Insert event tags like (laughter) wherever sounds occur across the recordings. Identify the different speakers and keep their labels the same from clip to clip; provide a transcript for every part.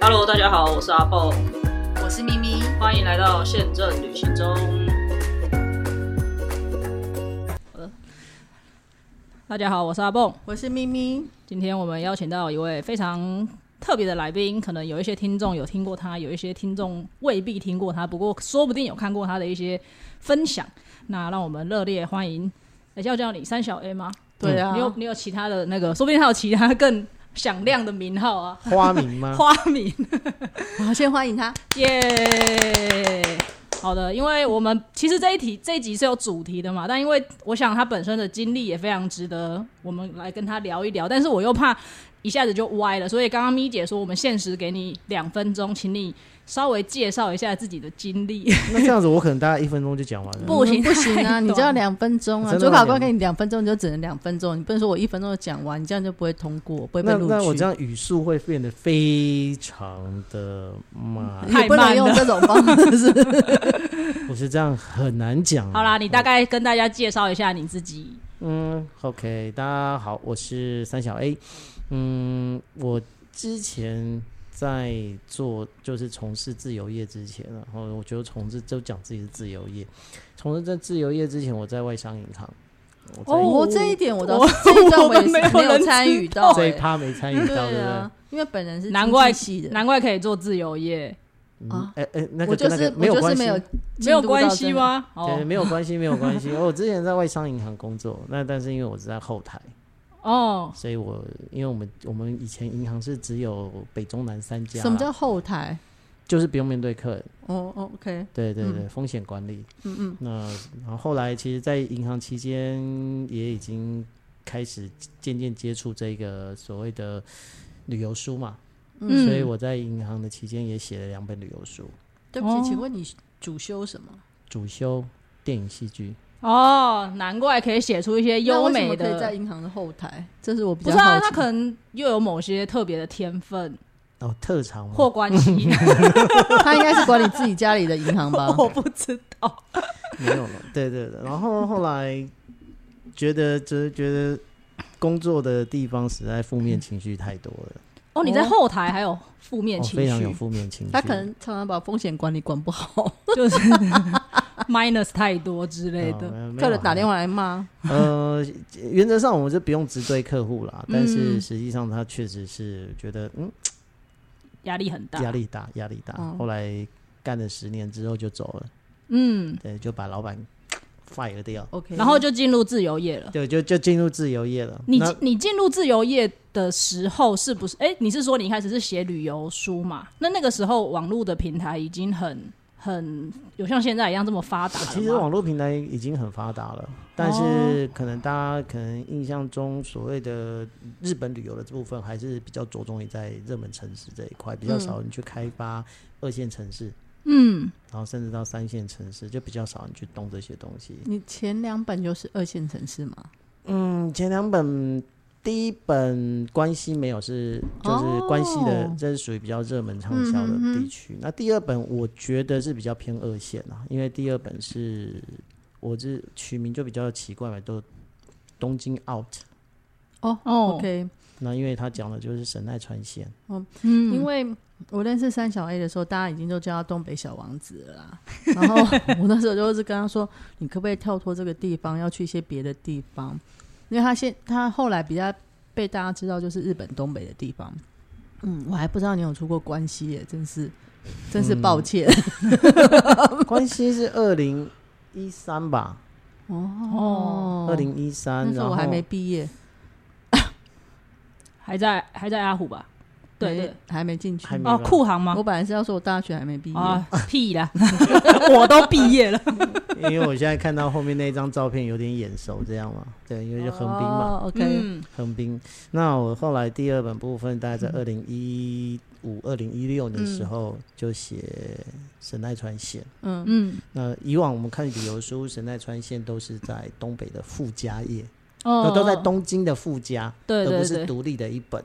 Speaker 1: Hello，大家好，我是阿豹，
Speaker 2: 我是咪咪。
Speaker 1: 欢迎来到宪政旅行中。大家好，我是阿蹦。
Speaker 2: 我是咪咪，
Speaker 1: 今天我们邀请到一位非常特别的来宾，可能有一些听众有听过他，有一些听众未必听过他，不过说不定有看过他的一些分享。那让我们热烈欢迎，诶要叫你三小 A 吗？
Speaker 2: 对啊，
Speaker 1: 你有你有其他的那个，说不定他有其他更响亮的名号啊，
Speaker 3: 花名
Speaker 2: (laughs)
Speaker 3: 吗？
Speaker 1: 花名。
Speaker 2: 我要先欢迎他。
Speaker 1: 耶、好的，因为我们其实这一题这一集是有主题的嘛，但因为我想他本身的经历也非常值得我们来跟他聊一聊，但是我又怕一下子就歪了，所以刚刚咪姐说我们限时给你两分钟，请你稍微介绍一下自己的经历。
Speaker 2: 嗯
Speaker 3: 那这样子，我可能大概一分钟就讲完了。
Speaker 1: 不行
Speaker 2: 不行
Speaker 1: 太
Speaker 2: 啊！
Speaker 1: 短
Speaker 2: 你就要两分钟啊！
Speaker 3: 真的
Speaker 2: 主考官
Speaker 3: 两
Speaker 2: 给你两分钟，你就只能两分钟，你不能说我一分钟就讲完，你这样就不会通过，不会被
Speaker 3: 那
Speaker 2: 录
Speaker 3: 那我
Speaker 2: 取
Speaker 3: 这。样语速会变得非常的慢，
Speaker 2: 你不
Speaker 1: 太慢了
Speaker 2: 能用这种方式。
Speaker 3: 我是这样很难讲。
Speaker 1: (laughs)
Speaker 3: 啊
Speaker 1: 好啦，你大概跟大家介绍一下你自己。
Speaker 3: 嗯，OK，大家好，我是三小 A。嗯，我之前在做就是从事自由业之前，然后我觉得从事就讲自己是自由业。从事在自由业之前，我在外商银行，我在、
Speaker 1: 哦
Speaker 2: 哦，这一点我倒
Speaker 1: 我
Speaker 2: 是这一段我也
Speaker 1: 我们没有
Speaker 2: 是没有
Speaker 1: 人知
Speaker 2: 参与到
Speaker 3: 这一
Speaker 2: 欸。
Speaker 3: 趴没参与
Speaker 2: 对
Speaker 3: 到，对不对
Speaker 2: 啊？，因为本人是
Speaker 1: 难怪
Speaker 2: 经济系的，
Speaker 1: 难怪可以做自由业，
Speaker 3: 嗯
Speaker 2: 啊，
Speaker 3: 哎哎，那
Speaker 2: 我
Speaker 3: 个
Speaker 2: 就
Speaker 3: 跟那
Speaker 2: 是
Speaker 3: 个
Speaker 2: 我
Speaker 3: 没有
Speaker 2: 就
Speaker 3: 关
Speaker 2: 是
Speaker 3: 系
Speaker 2: 没
Speaker 1: 没
Speaker 2: 有
Speaker 1: 有
Speaker 2: 进度到
Speaker 1: 关系
Speaker 2: 这个？
Speaker 1: 吗？哦
Speaker 3: 对，没有关系，没有关系。我之前在外商银行工作，那但是因为我是在后台，
Speaker 1: 哦，
Speaker 3: 所以我因为我们我们以前银行是只有北中南三家啦，
Speaker 2: 什么叫后台？
Speaker 3: 就是不用面对客人，
Speaker 2: 哦哦，OK，
Speaker 3: 对对对，风险管理。
Speaker 2: 嗯嗯，
Speaker 3: 那然后后来其实，在银行期间也已经开始渐渐接触这个所谓的旅游书嘛，
Speaker 1: 嗯，
Speaker 3: 所以我在银行的期间也写了两本旅游书，
Speaker 2: 对不起
Speaker 1: 哦，
Speaker 2: 请问你主修什么？
Speaker 3: 主修电影戏剧。
Speaker 1: 哦，难怪可以写出一些优
Speaker 2: 那
Speaker 1: 美
Speaker 2: 为什么可
Speaker 1: 的
Speaker 2: 以在银行的后台，这是我比
Speaker 1: 不
Speaker 2: 较
Speaker 1: 是
Speaker 2: 好
Speaker 1: 啊，
Speaker 2: 奇。
Speaker 1: 他可能又有某些特别的天分
Speaker 3: 哦，特长吗
Speaker 1: 或关
Speaker 3: (laughs)
Speaker 1: 系，
Speaker 2: (laughs) 他应该是管理自己家里的银行吧？
Speaker 1: (laughs) 我不知道。
Speaker 3: 没有了， (laughs) 对对对。然后后来觉得，就是觉得工作的地方实在负面情绪太多了，
Speaker 1: 哦，你在后台还有负面
Speaker 3: 哦、
Speaker 1: 情
Speaker 3: 非常有
Speaker 1: 绪，
Speaker 3: 负面情绪。
Speaker 2: 他可能常常把风险管理管不好，
Speaker 1: (laughs) 就是 minus 太多之
Speaker 3: 啊
Speaker 1: 类
Speaker 3: 哦
Speaker 1: 的。
Speaker 2: 客人打电
Speaker 3: 话。
Speaker 2: 话来骂。
Speaker 3: 呃，原则上我们是不用直对客户啦，但
Speaker 1: 嗯
Speaker 3: 是实际上他确实是觉得嗯
Speaker 1: 压力很大，
Speaker 3: 压力大，压力大。
Speaker 2: 嗯
Speaker 3: 后来干了十年之后就走了，
Speaker 1: 嗯，
Speaker 3: 对，就把老板 fire 掉，
Speaker 2: OK，
Speaker 1: 然后就进入自由业了。
Speaker 3: 对，就就进入自由业了。
Speaker 1: 你
Speaker 3: 那
Speaker 1: 进你进入自由业的时候是不是？哎、你是说你一开始是写旅游书嘛？那那个时候网络的平台已经很很有像现在一样这么发达了吗哦
Speaker 3: 其实网络平台已经很发达了，但是可能大家可能印象中所谓的日本旅游的这部分，还是比较着重于在热门城市这一块，比较少人去开发二线城市，
Speaker 1: 嗯，
Speaker 3: 然后甚至到三线城市，就比较少人去动这些东西。
Speaker 2: 你前两本就是二线城市嘛？
Speaker 3: 嗯，前两本。第一本关系没有是就是关系的，
Speaker 2: 哦嗯
Speaker 3: 这是属于比较热门畅销的地区。那第二本我觉得是比较偏二线啊，因为第二本是我这取名就比较奇怪嘛，都东京 out。
Speaker 2: 哦
Speaker 1: 哦
Speaker 2: ，OK，
Speaker 3: 那因为他讲的就是神奈川
Speaker 2: (laughs)
Speaker 3: 县，
Speaker 1: 嗯，
Speaker 2: 因为我认识三小 A 的时候，大家已经都叫他东北小王子了啦。然后我那时候就是跟他说，你可不可以跳脱这个地方，要去一些别的地方？因为他现他后来比较被大家知道，就是日本东北的地方。嗯，我还不知道你有出过关西耶，真是真
Speaker 3: 嗯
Speaker 2: 是
Speaker 1: (laughs)
Speaker 2: 抱歉。
Speaker 3: 关西是二零一三吧，
Speaker 2: 哦
Speaker 3: 二零一三，
Speaker 2: 那时
Speaker 3: 然
Speaker 2: 候
Speaker 3: 后
Speaker 2: 我还没毕业，
Speaker 1: 还在还在阿虎吧？对对，
Speaker 2: 没，还没进去
Speaker 3: 还。没
Speaker 1: 哦，
Speaker 3: 吧
Speaker 1: 酷航吗
Speaker 2: 我？本来是要说我大学还没毕业，
Speaker 1: 啊，屁啦！嗯我都毕 (laughs) 业了。
Speaker 3: 因为我现在看到后面那张照片有点眼熟，这样嘛，对，因为就横滨嘛，
Speaker 2: 哦 OK，
Speaker 1: 嗯，
Speaker 3: 横滨。那我后来第二本部分大概在二零一五、二零一六的时候就写神奈川县。
Speaker 2: 嗯
Speaker 1: 嗯，
Speaker 3: 那以往我们看旅游书，神奈川县都是在东北的附加业，
Speaker 1: 哦
Speaker 3: 都都在，东京的附加。
Speaker 1: 对
Speaker 3: 而
Speaker 1: 对
Speaker 3: 不是
Speaker 1: 对，
Speaker 3: 独立的一本。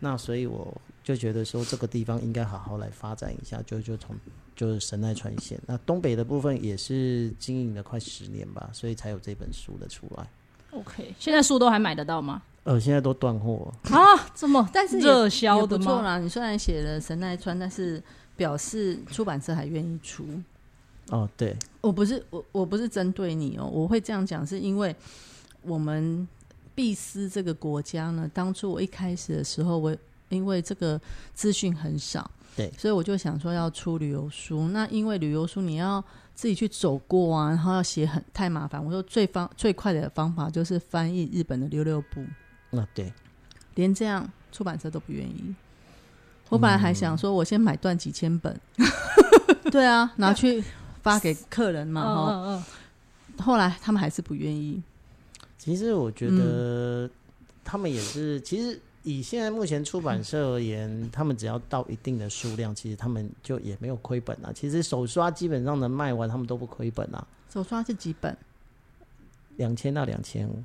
Speaker 3: 那所以我就觉得说，这个地方应该好好来发展一下，就就从就是神奈川县。那东北的部分也是经营了快十年吧，所以才有这本书的出来。
Speaker 1: OK，现在书都还买得到吗？
Speaker 3: 呃，现在都断货了，
Speaker 1: 啊，这么
Speaker 2: 但是也
Speaker 1: 热销
Speaker 2: 也
Speaker 1: 的
Speaker 2: 不错
Speaker 1: 吗？
Speaker 2: 啦。你虽然写了神奈川，但是表示出版社还愿意出。
Speaker 3: 哦，对，
Speaker 2: 我不是我我不是针对你哦，我会这样讲是因为我们必斯这个国家呢，当初我一开始的时候，我因为这个资讯很少，
Speaker 3: 对
Speaker 2: 所以我就想说要出旅游书。那因为旅游书你要自己去走过啊，然后要写很太麻烦。我说最方最快的方法就是翻译日本的六六部，
Speaker 3: 啊，对，
Speaker 2: 连这样出版社都不愿意。我本来还想说，我先买断几千本， (laughs) 对啊，拿去发给客人嘛，哈、
Speaker 1: 嗯嗯
Speaker 2: 后来他们还是不愿意。
Speaker 3: 其实我觉
Speaker 2: 嗯
Speaker 3: 得他们也是，其实以现在目前出版社而言，他们只要到一定的数量，其实他们就也没有亏本啊。其实手刷基本上能卖完，他们都不亏本啊，
Speaker 2: 手刷是几本？
Speaker 3: 两千到两千五，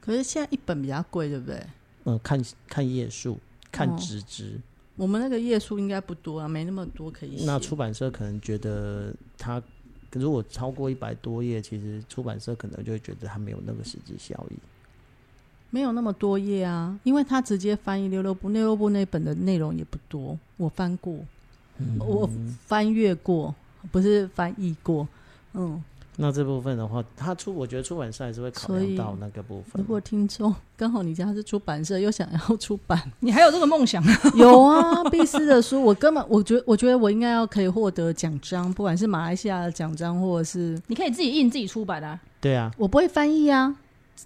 Speaker 2: 可是现在一本比较贵，对不对？
Speaker 3: 嗯，看看页数，看
Speaker 2: 哦
Speaker 3: 纸质。
Speaker 2: 我们那个页数应该不多啊，没那么多可以写。
Speaker 3: 那出版社可能觉得他如果超过一百多页，其实出版社可能就会觉得他没有那个实质效益。
Speaker 2: 没有那么多页啊，因为他直接翻译六六部，六六部那本的内容也不多，我翻过，我翻阅过，不是翻译过。嗯，
Speaker 3: 那这部分的话，他出我觉得出版社还是会考
Speaker 2: 所以
Speaker 3: 量到那个部分。
Speaker 2: 如果听众刚好你家是出版社，又想要出版，
Speaker 1: 你还有这个梦想？
Speaker 2: (laughs) 有啊， (laughs) 必斯的书，我根本我觉我觉得我应该要可以获得奖章，不管是马来西亚的奖章，或者是
Speaker 1: 你可以自己印自己出版啊，
Speaker 3: 对啊，
Speaker 2: 我不会翻译啊，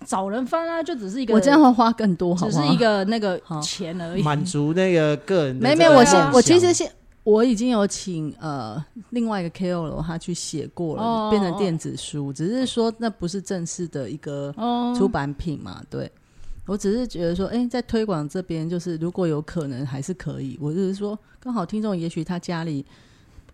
Speaker 1: 找人翻啊，就只是一个，
Speaker 2: 我这样会花更多，好
Speaker 1: 只
Speaker 2: 吗？
Speaker 1: 是一个那个
Speaker 2: 好
Speaker 1: 钱而已。
Speaker 3: 满足那个个人的
Speaker 2: 没
Speaker 3: 这
Speaker 2: 没，
Speaker 3: 个
Speaker 2: 我
Speaker 1: 对
Speaker 2: 现
Speaker 1: 啊
Speaker 3: 梦
Speaker 2: 我其实
Speaker 3: 想
Speaker 2: 现我已经有请呃另外一个 KOL 他去写过了，
Speaker 1: 哦
Speaker 2: 变成电子书，只是说那不是正式的一个
Speaker 1: 哦，
Speaker 2: 出版品嘛，对。我只是觉得说，哎、在推广这边，就是如果有可能，还是可以。我就是说，刚好听众也许他家里，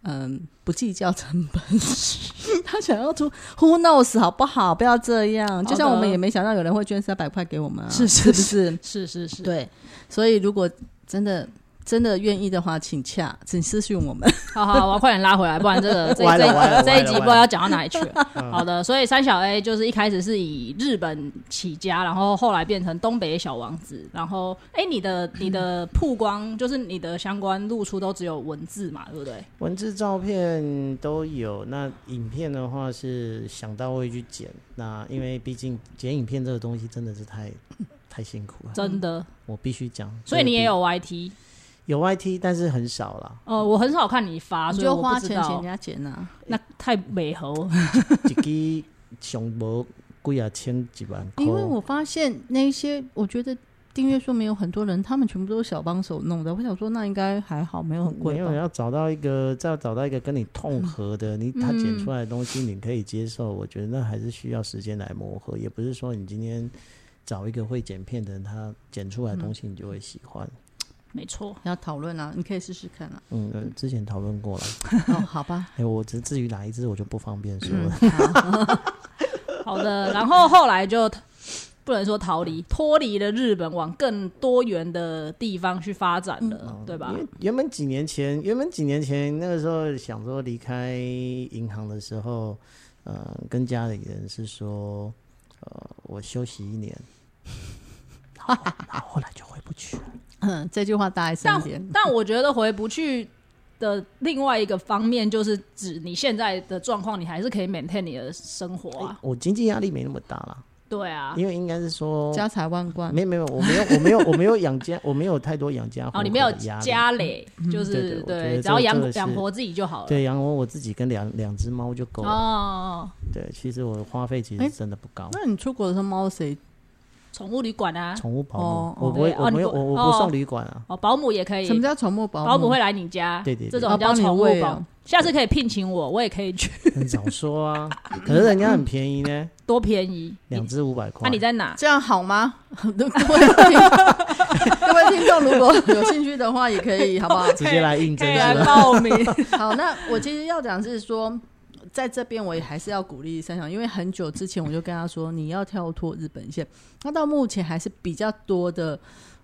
Speaker 2: 嗯，不计较成本， (laughs) 他想要出 Who knows 好不好？不要这样。就像我们也没想到有人会捐三百块给我们、啊，
Speaker 1: 是是
Speaker 2: 是不是？
Speaker 1: 是是是，
Speaker 2: 对，所以如果真的真的愿意的话，请洽，请私讯我们。
Speaker 1: 好好，我要快点拉回来，不然这个
Speaker 3: (laughs)
Speaker 1: 这
Speaker 3: 歪了歪了
Speaker 1: 这这一集
Speaker 3: 歪了歪了嗯
Speaker 1: 不知道要讲到哪里去了。好的，所以三小 A 就是一开始是以日本起家，然后后来变成东北小王子，然后哎、你的你的曝光就是你的相关露出都只有文字嘛，对不对？
Speaker 3: 文字、照片都有。那影片的话是想到会去剪，那因为毕竟剪影片这个东西真的是
Speaker 2: (laughs)
Speaker 3: 太太辛苦了，
Speaker 1: 真的，
Speaker 3: 我必须讲。
Speaker 1: 所以你也
Speaker 3: 这个
Speaker 1: 有 YT，，
Speaker 3: 比有 YT，但是很少啦
Speaker 1: 呃，我很少看你发，
Speaker 2: (laughs) 你
Speaker 1: 所以
Speaker 2: 就
Speaker 1: 我不
Speaker 2: 花
Speaker 1: 知
Speaker 2: 钱请人
Speaker 1: 道。
Speaker 2: 家剪啊，
Speaker 1: 那太美猴，
Speaker 3: 一支上无几啊千几万块。
Speaker 2: 因为哦我发现那一些我觉得。订阅数没有很多人，他们全部都是小帮手弄的。我想说，那应该还好，没有很
Speaker 3: 没
Speaker 2: 贵吧
Speaker 3: 有？要找到一个，再找到一个跟你痛合的，你他剪出来的东西你可以接受，我觉得那还是需要时间来磨合，也不是说你今天找一个会剪片的人，他剪出来的东西你就会喜欢。
Speaker 1: 没错，
Speaker 2: 要讨论啊，你可以试试看啊。
Speaker 3: 嗯，呃之前讨论过了。
Speaker 2: (laughs) 哦，好吧，
Speaker 3: 哎、我只至于哪一支我就不方便说
Speaker 2: 嗯，
Speaker 3: 了。
Speaker 2: 好，
Speaker 1: 好的。 (laughs) 然后后来就不能说逃离，脱离了日本，往更多元的地方去发展了，对吧
Speaker 3: 因？
Speaker 2: 嗯
Speaker 3: 为原本几年前，原本几年前那个时候想说离开银行的时候，呃，跟家里人是说，呃，我休息一
Speaker 2: (laughs)
Speaker 3: 年，然后然后后来就回不去了。
Speaker 2: 嗯， (laughs) 这句话大一声
Speaker 1: 但
Speaker 2: 一点。
Speaker 1: 但我觉得回不去的另外一个方面，就是指你现在的状况，你还是可以 maintain 你的生活啊。
Speaker 3: 我经济压力没那么大啦，
Speaker 1: 对啊，
Speaker 3: 因为应该是说，
Speaker 2: 家财万贯，
Speaker 3: 没有没有，我没有 (laughs) 我没有我没有养家，我没有太多养家糊
Speaker 1: 哦，
Speaker 3: 口
Speaker 1: 你没有
Speaker 3: 的压力。
Speaker 1: 家累，就
Speaker 3: 对对
Speaker 1: 是
Speaker 3: 我觉得
Speaker 1: 对，
Speaker 3: 这
Speaker 1: 只要
Speaker 3: 这个
Speaker 1: 养
Speaker 3: 是
Speaker 1: 养活自己就好了。
Speaker 3: 对，养活我自己跟两两只猫就够
Speaker 1: 哦
Speaker 3: 了。
Speaker 1: 哦，哦
Speaker 3: 对，其实我的花费其
Speaker 2: 哎
Speaker 3: 实真的不高。
Speaker 2: 那你出国的时候，猫谁？
Speaker 1: 宠物旅馆啊，
Speaker 3: 宠物保姆，
Speaker 2: 哦
Speaker 3: 我不会，
Speaker 1: 对哦
Speaker 3: 我没有，
Speaker 1: 你不
Speaker 3: 我我不
Speaker 1: 哦
Speaker 3: 送旅馆啊。
Speaker 1: 哦，保姆也可以
Speaker 2: 什，么叫宠物保姆？
Speaker 1: 保姆会来你家，
Speaker 3: 对对对啊
Speaker 1: 这
Speaker 2: 哦
Speaker 1: 种叫
Speaker 2: 帮你
Speaker 1: 宠物
Speaker 2: 喂
Speaker 1: 保
Speaker 2: 哦
Speaker 1: 姆。下次可以聘请我，我也可以去，
Speaker 3: 很少
Speaker 1: (laughs)
Speaker 3: 说啊，可是人家很便宜呢，
Speaker 1: 多便宜。
Speaker 3: 两只五百块。
Speaker 1: 那啊你在
Speaker 3: (laughs)
Speaker 1: 哪？
Speaker 2: 这样好 (laughs) 吗？各位听 (laughs) 各位听众，如果有兴趣的话，也可以，好不好？
Speaker 3: 直接来应
Speaker 1: 可
Speaker 3: 征
Speaker 1: 以啊
Speaker 3: 是
Speaker 1: 来
Speaker 3: 吧？
Speaker 1: 报
Speaker 3: (laughs)
Speaker 1: 名。
Speaker 2: 好，那我其实要讲是说，在这边我也还是要鼓励三小，因为很久之前我就跟他说，你要跳脱日本线。那到目前还是比较多的，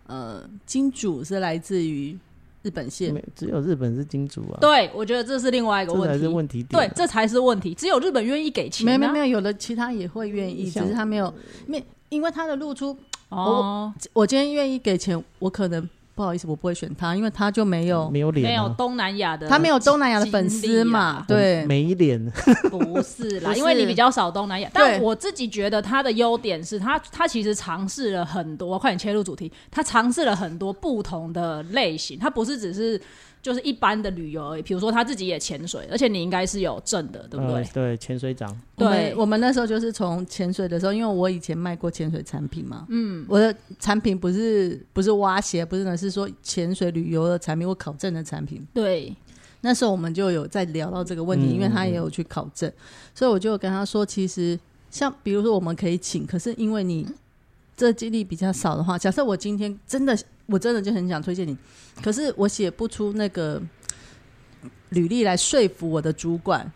Speaker 2: 呃，金主是来自于日本线。
Speaker 3: 没只有日本是金主啊，
Speaker 1: 对，我觉得这是另外一个
Speaker 3: 这才
Speaker 1: 问
Speaker 3: 是
Speaker 1: 题。
Speaker 3: 问题点
Speaker 1: 对
Speaker 3: 啊。，
Speaker 1: 这才是问题。只有日本愿意给钱、啊，
Speaker 2: 没有没有没有，有的其他也会愿意，只
Speaker 3: 像
Speaker 2: 是他没有，没因为他的露出
Speaker 1: 哦，
Speaker 2: 我今天愿意给钱，我可能不好意思，我不会选他，因为他就没有
Speaker 3: 没有
Speaker 1: 没
Speaker 3: 脸
Speaker 1: 有
Speaker 3: 啊，
Speaker 1: 东南亚的，
Speaker 2: 他没有东南亚的粉丝嘛，
Speaker 3: 我
Speaker 2: 对，
Speaker 3: 没脸，
Speaker 1: 不是啦，
Speaker 2: 不是
Speaker 1: 因为你比较少东南亚。
Speaker 2: 对
Speaker 1: 但我自己觉得他的优点是他，他其实尝试了很多，快点切入主题，他尝试了很多不同的类型，他不是只是就是一般的旅游而已。比如说他自己也潜水，而且你应该是有证的，对不
Speaker 2: 嗯
Speaker 1: 对？
Speaker 3: 呃对，潜水长，
Speaker 2: 我们
Speaker 1: 对
Speaker 2: 我们那时候就是从潜水的时候，因为我以前卖过潜水产品嘛，嗯，我的产品不是不是蛙鞋，不是呢，是说潜水旅游的产品，我考证的产品。
Speaker 1: 对，
Speaker 2: 那时候我们就有在聊到这个问题，
Speaker 3: 嗯
Speaker 2: 因为他也有去考证，所以我就有跟他说，其实像比如说我们可以请，可是因为你这经历比较少的话，假设我今天真的我真的就很想推荐你，可是我写不出那个履历来说服我的主管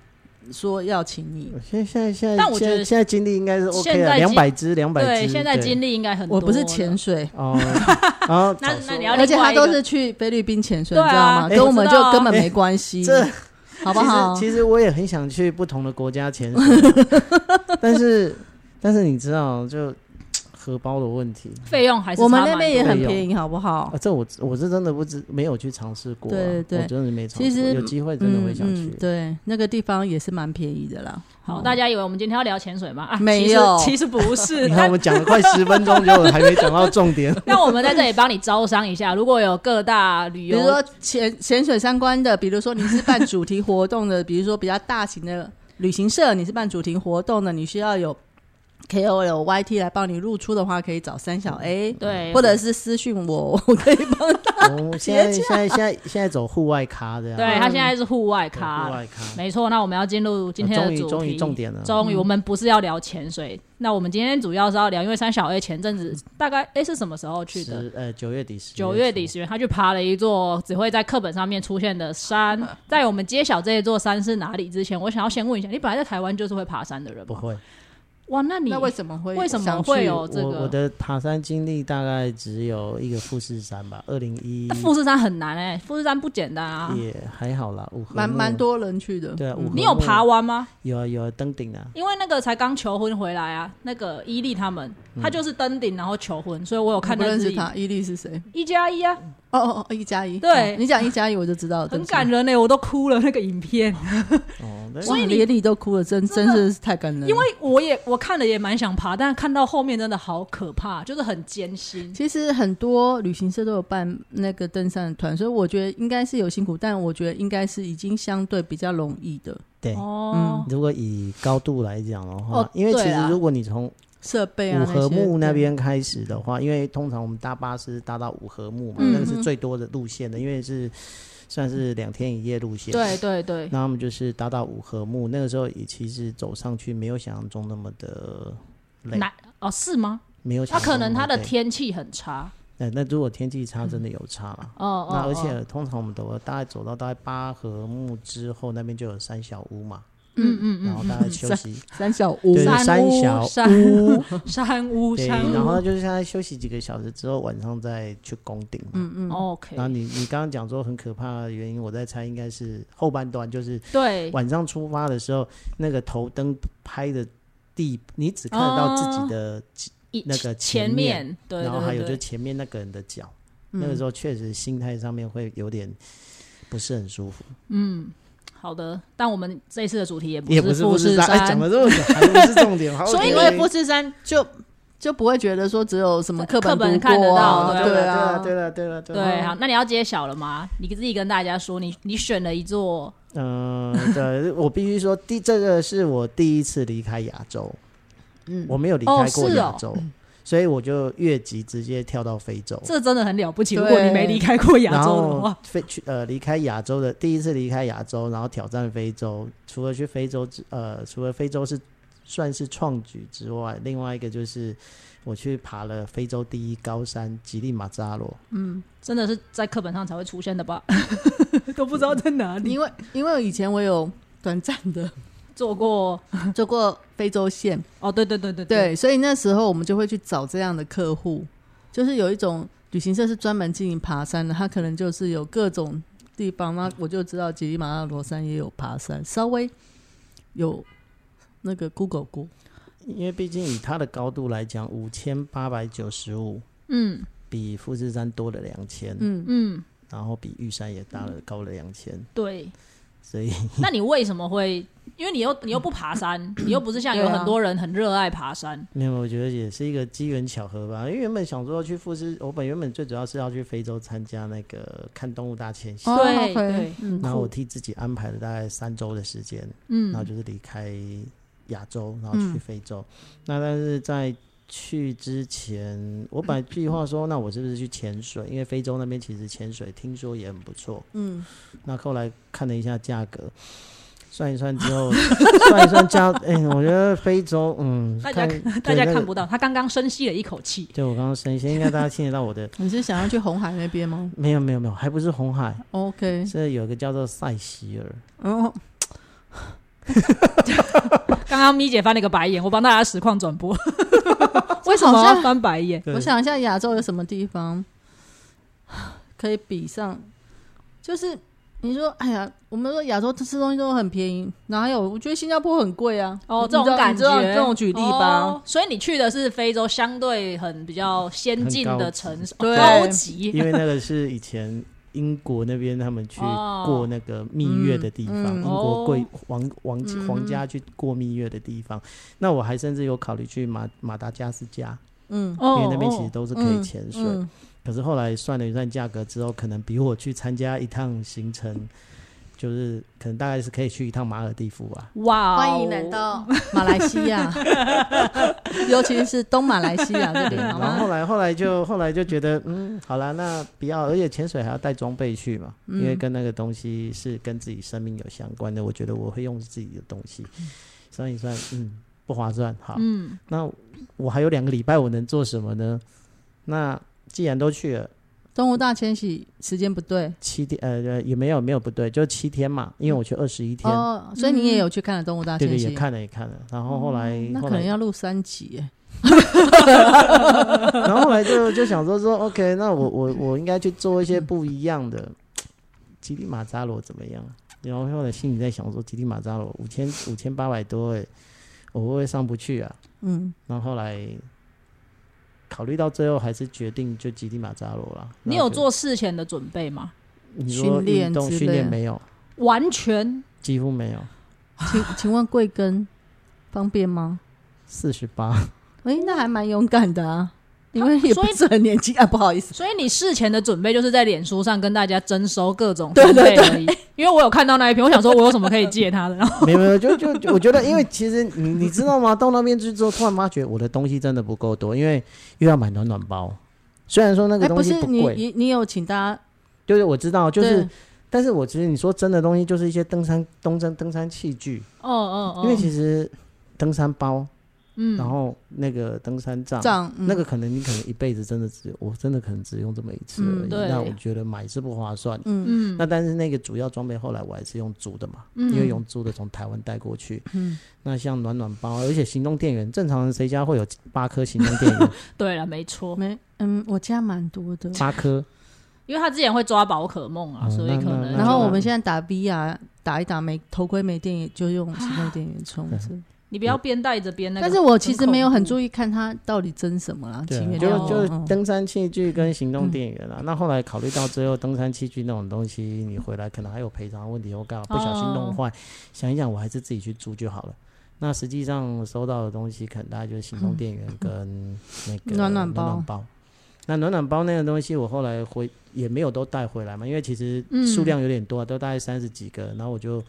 Speaker 2: 说要请你。
Speaker 3: 现在现在现在，
Speaker 1: 但我觉得
Speaker 3: 现在现在经历应该是 OK
Speaker 1: 现
Speaker 3: 的，
Speaker 1: 在经
Speaker 3: 两百只，两百
Speaker 1: 对，
Speaker 3: 只，
Speaker 1: 现在经历应该很多。
Speaker 2: 我不是潜。水，
Speaker 3: 哦， (laughs) 然后
Speaker 1: 那
Speaker 3: 早说
Speaker 1: 那你要
Speaker 2: 而且
Speaker 1: 另
Speaker 2: 他
Speaker 1: 外一个
Speaker 2: 都是去菲律宾潜水，
Speaker 1: 对啊
Speaker 2: 你知道吗？
Speaker 1: 哎
Speaker 2: 跟我们
Speaker 1: 我知道
Speaker 2: 就
Speaker 1: 啊
Speaker 2: 根本没关系，
Speaker 3: 这
Speaker 2: 好不好？
Speaker 3: 其实其实我也很想去不同的国家潜水
Speaker 1: (laughs)
Speaker 3: 啊，但是但是你知道，就荷包的问题
Speaker 1: 费用还是
Speaker 2: 我们
Speaker 1: 差
Speaker 2: 那
Speaker 1: 蛮
Speaker 2: 边也
Speaker 1: 多
Speaker 2: 很
Speaker 3: 费用
Speaker 2: 便宜，好不好
Speaker 3: 啊，？这我我是真的不知没有去尝试过啊，
Speaker 2: 对对
Speaker 3: 我真的没尝
Speaker 2: 其
Speaker 3: 试过，
Speaker 2: 实
Speaker 3: 有机会真的会想
Speaker 2: 嗯
Speaker 3: 去
Speaker 2: 嗯。。对，那个地方也是蛮便宜的啦。
Speaker 1: 好，大家以为我们今天要聊潜水吗？啊，
Speaker 2: 没有
Speaker 1: 其实其实不是。
Speaker 3: 你看，
Speaker 1: 但
Speaker 3: 我们讲了快十分钟，就还没讲到
Speaker 1: (laughs)
Speaker 3: 重点。
Speaker 2: (laughs)
Speaker 1: 那我们在这里帮你招商一下，如果有各大旅
Speaker 2: 比
Speaker 1: 游
Speaker 2: 如说潜潜水相关的，比如说你是办主题活动的，比如说比较大型的旅行社，你是办主题活动的，你需要有 KOL、YT 来帮你露出的话，可以找三小 A，
Speaker 1: 对，
Speaker 2: 或者是私讯我， (laughs) 我可以帮
Speaker 3: 我现在现在现在现在走户外咖这样，
Speaker 1: 对他现在是户外
Speaker 3: 对
Speaker 1: 咖
Speaker 3: 嗯户，外咖。
Speaker 1: 没错，那我们要进入今天
Speaker 3: 终
Speaker 1: 的
Speaker 3: 于
Speaker 1: 主题。
Speaker 3: 终于重点了，
Speaker 1: 终
Speaker 2: 嗯
Speaker 1: 于我们不是要聊潜水，那我们今天主要是要聊，因为三小 A 前阵子大概哎是什么时候去的？
Speaker 3: 十呃九月底十
Speaker 1: 九月底
Speaker 3: 初
Speaker 1: 十月，他去爬了一座只会在课本上面出现的山。
Speaker 3: 啊
Speaker 1: 在我们揭晓这一座山是哪里之前，我想要先问一下，你本来在台湾就是会爬山的人
Speaker 3: 不
Speaker 1: 吗？
Speaker 3: 会，
Speaker 1: 哇，那你
Speaker 2: 那为什么会
Speaker 1: 为什么
Speaker 2: 想去
Speaker 1: 会哦有这
Speaker 3: 我我
Speaker 1: 个？
Speaker 3: 的爬山经历大概只有一个富士山吧，二零一
Speaker 1: 那富士山很难哎、富士山不简单啊！
Speaker 3: 也还好啦，五合
Speaker 2: 蛮
Speaker 3: 目
Speaker 2: 蛮多人去的？嗯
Speaker 3: 对啊，五合
Speaker 1: 你有
Speaker 3: 目
Speaker 1: 爬完吗？
Speaker 3: 有啊有啊登顶啊，
Speaker 1: 因为那个才刚求婚回来啊，那个伊利他们，
Speaker 3: 嗯
Speaker 1: 他就是登顶然后求婚，所以我有
Speaker 2: 我
Speaker 1: 看
Speaker 2: 不
Speaker 3: 哦
Speaker 1: 到
Speaker 2: 认识他，伊利是谁？
Speaker 1: 一加一啊，
Speaker 2: 哦哦，哦，一加一。
Speaker 1: 对
Speaker 2: 哦你讲一加一，我就知道了。对
Speaker 1: 很
Speaker 2: 不起
Speaker 1: 感人嘞、欸我都哭了那个影
Speaker 3: (laughs)
Speaker 1: 片。
Speaker 3: 哦，那
Speaker 1: 所以
Speaker 2: 哇
Speaker 1: 你
Speaker 2: 连你都哭了，真真是太感人了。
Speaker 1: 因为我也我看了也蛮想爬，但看到后面真的好可怕，就是很艰辛。
Speaker 2: 其实很多旅行社都有办那个登山团，所以我觉得应该是有辛苦，但我觉得应该是已经相对比较容易的
Speaker 3: 对，
Speaker 1: 哦，
Speaker 3: 如果以高度来讲的话
Speaker 1: 哦，
Speaker 3: 因为其
Speaker 1: 对
Speaker 3: 实
Speaker 1: 啦
Speaker 3: 如果你从
Speaker 2: 设备啊
Speaker 3: 五
Speaker 2: 那
Speaker 3: 合
Speaker 2: 些。
Speaker 3: 目那边开始的话，因为通常我们搭巴士搭到五合目嘛，
Speaker 1: 嗯
Speaker 3: 那个是最多的路线的，因为是算是两天一夜路线。
Speaker 1: 对对对，
Speaker 3: 那他们就是搭到五合目，那个时候也其实走上去没有想象中那么的累，
Speaker 1: 难哦是吗？
Speaker 3: 没有
Speaker 1: 那
Speaker 3: 想象
Speaker 1: 可
Speaker 3: 中那
Speaker 1: 能
Speaker 3: 么
Speaker 1: 它的
Speaker 3: 累
Speaker 1: 天气很差。
Speaker 3: 哎，那如果天气差，真的有差啦。
Speaker 1: 哦哦，
Speaker 3: 那而
Speaker 1: 哦
Speaker 3: 且通常我们都会大概走到大概八合目之后，那边就有三小屋嘛，
Speaker 1: 嗯嗯
Speaker 3: 然
Speaker 1: 嗯
Speaker 3: 后大家休息，
Speaker 2: 三小屋
Speaker 3: 对，
Speaker 1: 山
Speaker 3: 三
Speaker 1: 屋
Speaker 3: 小
Speaker 1: 山
Speaker 3: 屋，
Speaker 1: (laughs) 山屋
Speaker 3: 对，
Speaker 1: 山屋，
Speaker 3: 然后就是大概休息几个小时之后，晚上再去攻顶嘛。
Speaker 1: 嗯 OK，
Speaker 3: 然后你你刚刚讲说很可怕的原因，我在猜应该是后半段，就是
Speaker 1: 对
Speaker 3: 晚上出发的时候，那个头灯拍的地，你只看得到
Speaker 1: 哦
Speaker 3: 自己的，
Speaker 1: 一
Speaker 3: 那个
Speaker 1: 前
Speaker 3: 前
Speaker 1: 面
Speaker 3: 面
Speaker 1: 对，
Speaker 3: 然后
Speaker 1: 对
Speaker 3: 还有
Speaker 1: 对嗯
Speaker 3: 就前面那个人的脚，那个时候确实心态上面会有点不是很舒服。
Speaker 1: 好的，但我们这一次的主题也不
Speaker 3: 也不是
Speaker 1: 富
Speaker 3: 富
Speaker 1: 士
Speaker 3: 士山，哎，讲了这么久还不是重点，好
Speaker 1: 所以
Speaker 2: 因
Speaker 3: OK
Speaker 2: 为富士山就就不会觉得说只有什么课
Speaker 1: 课本
Speaker 2: 本读
Speaker 1: 看得
Speaker 2: 过
Speaker 1: 到
Speaker 2: 啊
Speaker 1: 对
Speaker 3: 对
Speaker 2: 对
Speaker 3: 了
Speaker 2: 啊，
Speaker 3: 对了对了对了
Speaker 1: 对，好，那你要揭晓了吗？你自己跟大家说，你你选了一座
Speaker 3: 嗯，对，我必须说，第这个是我第一次离开亚洲，
Speaker 2: 嗯
Speaker 3: 我没有离
Speaker 1: 哦
Speaker 3: 开过
Speaker 1: 是
Speaker 3: 亚
Speaker 1: 哦
Speaker 3: 洲，所以我就越级直接跳到非洲。
Speaker 1: 这真的很了不起。
Speaker 2: 对
Speaker 1: 如果你没离开过
Speaker 3: 然
Speaker 1: 亚洲的
Speaker 3: 后
Speaker 1: 话，
Speaker 3: 非去呃离开亚洲的第一次离开亚洲，然后挑战非洲。除了去非洲之呃，除了非洲是算是创举之外，另外一个就是我去爬了非洲第一高山吉力马扎罗。
Speaker 1: 真的是在课本上才会出现的吧？ (laughs) 都不知道在哪里
Speaker 2: 因为因为以前我有短暂的
Speaker 1: 做过。
Speaker 2: 做过非洲线，
Speaker 1: 哦，对对对对，
Speaker 2: 对，所以那时候我们就会去找这样的客户，就是有一种旅行社是专门经营爬山的，他可能就是有各种地方。那我就知道吉里马扎罗山也有爬山，稍微有那个 Google 过，
Speaker 3: 因为毕竟以它的高度来讲，五千八百九十五
Speaker 1: 嗯
Speaker 3: 比富士山多了两千、
Speaker 2: 嗯，
Speaker 1: 嗯，
Speaker 3: 然后比玉山也大了高了两千，
Speaker 1: 对。
Speaker 3: 所以
Speaker 1: 那你为什么会？因为你又你又不爬山，你又不是像有
Speaker 2: 对啊
Speaker 1: 很多人很热爱爬山。
Speaker 3: 没有，我觉得也是一个机缘巧合吧。因为原本想说要去富士，我本原本最主要是要去非洲参加那个看动物大迁徙，
Speaker 2: 哦
Speaker 1: 对
Speaker 2: OK，
Speaker 1: 对
Speaker 2: 嗯，
Speaker 3: 然后我
Speaker 2: 酷
Speaker 3: 替自己安排了大概三周的时间，然后
Speaker 1: 嗯
Speaker 3: 就是离开亚洲，然后去非洲。那但是在去之前，我本来计划说，那我是不是去潜水？因为非洲那边其实潜水听说也很不错。
Speaker 2: 嗯，
Speaker 3: 那后来看了一下价格，算一算之后， (laughs) 算一算价，哎、我觉得非洲，嗯，
Speaker 1: 大家
Speaker 3: 看
Speaker 1: 大家
Speaker 3: 对那
Speaker 1: 看
Speaker 3: 个
Speaker 1: 不到，他刚刚深吸了一口气。
Speaker 3: 对，我刚刚声音，应该大家听得到我的。
Speaker 2: 你是想要去红海那边吗
Speaker 3: 没有没有没有，还不是红海，
Speaker 2: ？OK，
Speaker 3: 是有一个叫做塞西尔。
Speaker 2: 哦，
Speaker 1: 刚刚咪姐翻了一个白眼，我帮大家实况转播。为什
Speaker 2: 好
Speaker 1: 么
Speaker 2: 像
Speaker 1: 要翻白眼？
Speaker 3: 对
Speaker 2: 我想一下，亚洲有什么地方 (sighs) 可以比上？就是你说，哎呀，我们说亚洲吃东西都很便宜，哪有？我觉得新加坡很贵啊。
Speaker 1: 哦，
Speaker 2: 你
Speaker 1: 这
Speaker 2: 知
Speaker 1: 种
Speaker 2: 道
Speaker 1: 感
Speaker 2: 你
Speaker 1: 觉，
Speaker 2: 知道这种举例吧
Speaker 1: 哦。所以你去的是非洲相对很比较先进的城市，
Speaker 2: 很
Speaker 1: 高
Speaker 2: 高级
Speaker 1: 级
Speaker 3: 因为那个是以前英国那边他们去
Speaker 1: 哦
Speaker 3: 过那个蜜月的地方，
Speaker 2: 嗯嗯
Speaker 3: 英国贵
Speaker 1: 哦
Speaker 3: 王王皇家去过蜜月的地方。那我还甚至有考虑去马马达加斯加，
Speaker 2: 嗯，
Speaker 1: 哦
Speaker 3: 因为那边其实都是可以
Speaker 2: 嗯
Speaker 3: 潜水。
Speaker 2: 嗯，
Speaker 3: 可是后来算了一算价格之后，可能比我去参加一趟行程，就是可能大概是可以去一趟马尔地夫吧。
Speaker 1: 哇哦，
Speaker 2: 欢迎来到马来西亚，
Speaker 3: (laughs)
Speaker 2: 尤其是东马来西亚这 (laughs)
Speaker 3: 对，
Speaker 2: 里，好吗？
Speaker 3: 然后后来后来就后来就觉得，嗯，好啦，那不要，而且潜水还要带装备去嘛，
Speaker 2: 嗯
Speaker 3: 因为跟那个东西是跟自己生命有相关的，我觉得我会用自己的东西，
Speaker 2: 嗯
Speaker 3: 算一算，嗯，不划算。好，
Speaker 1: 嗯，
Speaker 3: 那我还有两个礼拜，我能做什么呢？那既然都去了
Speaker 2: 动物大迁徙时间不对
Speaker 3: 七天，呃，也没有没有不对，就七天嘛，因为我去二十一天，
Speaker 2: 哦，啊所以你也有去看了动物大
Speaker 3: 对对，
Speaker 2: 迁
Speaker 3: 也
Speaker 2: 徙。
Speaker 3: 看了也看了，然后后来、
Speaker 2: 哦那
Speaker 3: 后
Speaker 2: 可
Speaker 3: 来
Speaker 2: 能要录三集耶，
Speaker 3: (laughs) 然后后来就就想说说，OK，那我我我应该去做一些不一样的。吉利马扎罗怎么样？然后后来心里在想说，吉利马扎罗五千五千八百多哎、我会不会上不去啊？
Speaker 2: 嗯，
Speaker 3: 然后后来考虑到最后，还是决定就吉利马扎罗啦。
Speaker 1: 你
Speaker 3: 然后
Speaker 1: 有
Speaker 3: 就
Speaker 1: 做事前的准备吗？
Speaker 3: 你说
Speaker 2: 训练
Speaker 3: 运动
Speaker 2: 之
Speaker 3: 训
Speaker 2: 类
Speaker 3: 练
Speaker 2: 的
Speaker 3: 没有？
Speaker 1: 完全
Speaker 3: 几乎没有，
Speaker 2: 请请问贵庚方便吗？
Speaker 3: 四十八。
Speaker 2: 哎，那还蛮勇敢的啊！你们也
Speaker 1: 所
Speaker 2: 不
Speaker 1: 以
Speaker 2: 是很年轻啊，不好意思。
Speaker 1: 所以你事前的准备就是在脸书上跟大家征收各种装备而已。因为我有看到那一篇，我想说我有什么可以借他的，然后
Speaker 2: (laughs)
Speaker 3: 没有没有，就就就我觉得，因为其实你你知道吗？到那边去之后，突然发觉我的东西真的不够多，因为又要买暖暖包。虽然说那个
Speaker 2: 哎，
Speaker 3: 东
Speaker 2: 不
Speaker 3: 西
Speaker 2: 是你
Speaker 3: 贵，
Speaker 2: 你你有请大家，
Speaker 3: 就是我知道，就是
Speaker 2: 对，
Speaker 3: 但是我其实你说真的东西，就是一些登山、登山、登山器具，
Speaker 1: (laughs) 哦哦哦，
Speaker 3: 因为其实登山包，
Speaker 1: 嗯
Speaker 3: 然后那个登山杖，
Speaker 2: 账嗯
Speaker 3: 啊那个可能你可能一辈子真的只有，我真的可能只用这么一次
Speaker 2: 嗯
Speaker 3: 而已。
Speaker 1: 对
Speaker 3: 那我觉得买是不划算。
Speaker 2: 嗯
Speaker 1: 嗯
Speaker 3: 那但是那个主要装备后来我还是用租的嘛，
Speaker 1: 嗯
Speaker 3: 因为用租的从台湾带过去。
Speaker 2: 嗯，
Speaker 3: 那像暖暖包，而且行动电源，正常人谁家会有八颗行动电
Speaker 1: (laughs)
Speaker 3: 源？
Speaker 1: 对了，没错，
Speaker 2: 没嗯，我家蛮多的。
Speaker 3: 八颗，
Speaker 1: 因为他之前会抓宝可梦啊，
Speaker 3: 哦
Speaker 1: 所以可能
Speaker 3: 那
Speaker 2: 然后我
Speaker 1: 就
Speaker 2: 们现在打 VR 打一打没头盔没电，就用行动电源充值。
Speaker 3: 嗯
Speaker 1: 你不要边带着边那个，
Speaker 2: 但是我其实没有很
Speaker 1: 意。
Speaker 2: 注意看它到底真什么啦，
Speaker 3: 对
Speaker 2: 请
Speaker 3: 啊，
Speaker 2: 原
Speaker 3: 就
Speaker 2: 谅
Speaker 1: 哦
Speaker 2: 我。
Speaker 3: 就是
Speaker 2: 嗯
Speaker 3: 登山器具跟行动电源啊。那后来考虑到最后登山器具那种东西，你回来可能还有赔偿问题，我干嘛不小心弄坏？想一想，我还是自己去租就好了。那实际上收到的东西，可能大概就是行动电源跟那个
Speaker 2: 嗯暖暖包
Speaker 3: 那暖暖包那个东西，我后来回也没有都带回来嘛，因为其实数
Speaker 2: 嗯
Speaker 3: 量有点多、啊，都大概三十几个。然后我就、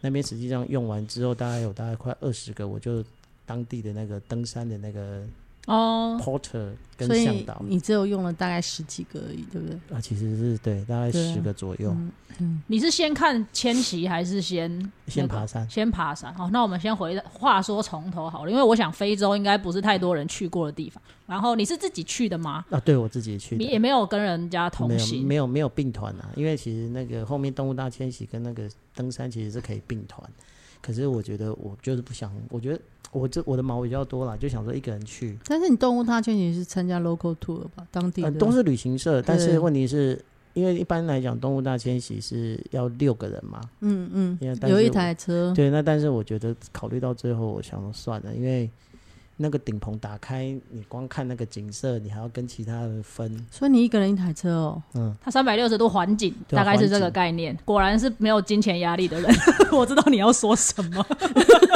Speaker 3: 那边实际上用完之后，大概有大概快二十个，我就当地的那个登山的那个
Speaker 1: 哦，
Speaker 3: porter 跟
Speaker 2: 所
Speaker 3: 向
Speaker 2: 以
Speaker 3: 导
Speaker 2: 你只有用了大概十几个而已，对不对？
Speaker 3: 啊，其实是对，大概
Speaker 2: 对啊
Speaker 3: 十个左右，
Speaker 2: 嗯嗯，
Speaker 1: 你是先看迁徙还是先
Speaker 3: 先
Speaker 1: 那个
Speaker 3: 爬山。
Speaker 1: 先爬山？哦好，那我们先回话说从头好了，因为我想非洲应该不是太多人去过的地方。然后你是自己去的吗？
Speaker 3: 啊，对我自己去
Speaker 1: 你
Speaker 3: 的，
Speaker 1: 也没有跟人家
Speaker 3: 没
Speaker 1: 同
Speaker 3: 有
Speaker 1: 行
Speaker 3: 没有没有并团啊，因为其实那个后面动物大迁徙跟那个登山其实是可以并团，可是我觉得我就是不想，我觉得我这我的毛比较多啦，就想说一个人去，
Speaker 2: 但是你动物大迁徙是参加 local tour 吧，当地
Speaker 3: 呃
Speaker 2: 的
Speaker 3: 都是旅行社，但
Speaker 2: 对
Speaker 3: 是问题是因为一般来讲动物大迁徙是要六个人嘛，
Speaker 2: 嗯嗯
Speaker 3: 因为，但
Speaker 2: 有
Speaker 3: 是
Speaker 2: 一
Speaker 3: 我
Speaker 2: 台车，
Speaker 3: 对，那但是我觉得考虑到最后，我想说算了，因为那个顶棚打开，你光看那个景色，你还要跟其他人分，
Speaker 2: 所以你一个人一台车哦，
Speaker 3: 嗯，
Speaker 1: 他三百六十度环景，
Speaker 3: 对啊
Speaker 1: 大概是这
Speaker 3: 环
Speaker 1: 个
Speaker 3: 景
Speaker 1: 概念。果然是没有金钱压力的人， (laughs) 我知道你要说什么。 (laughs)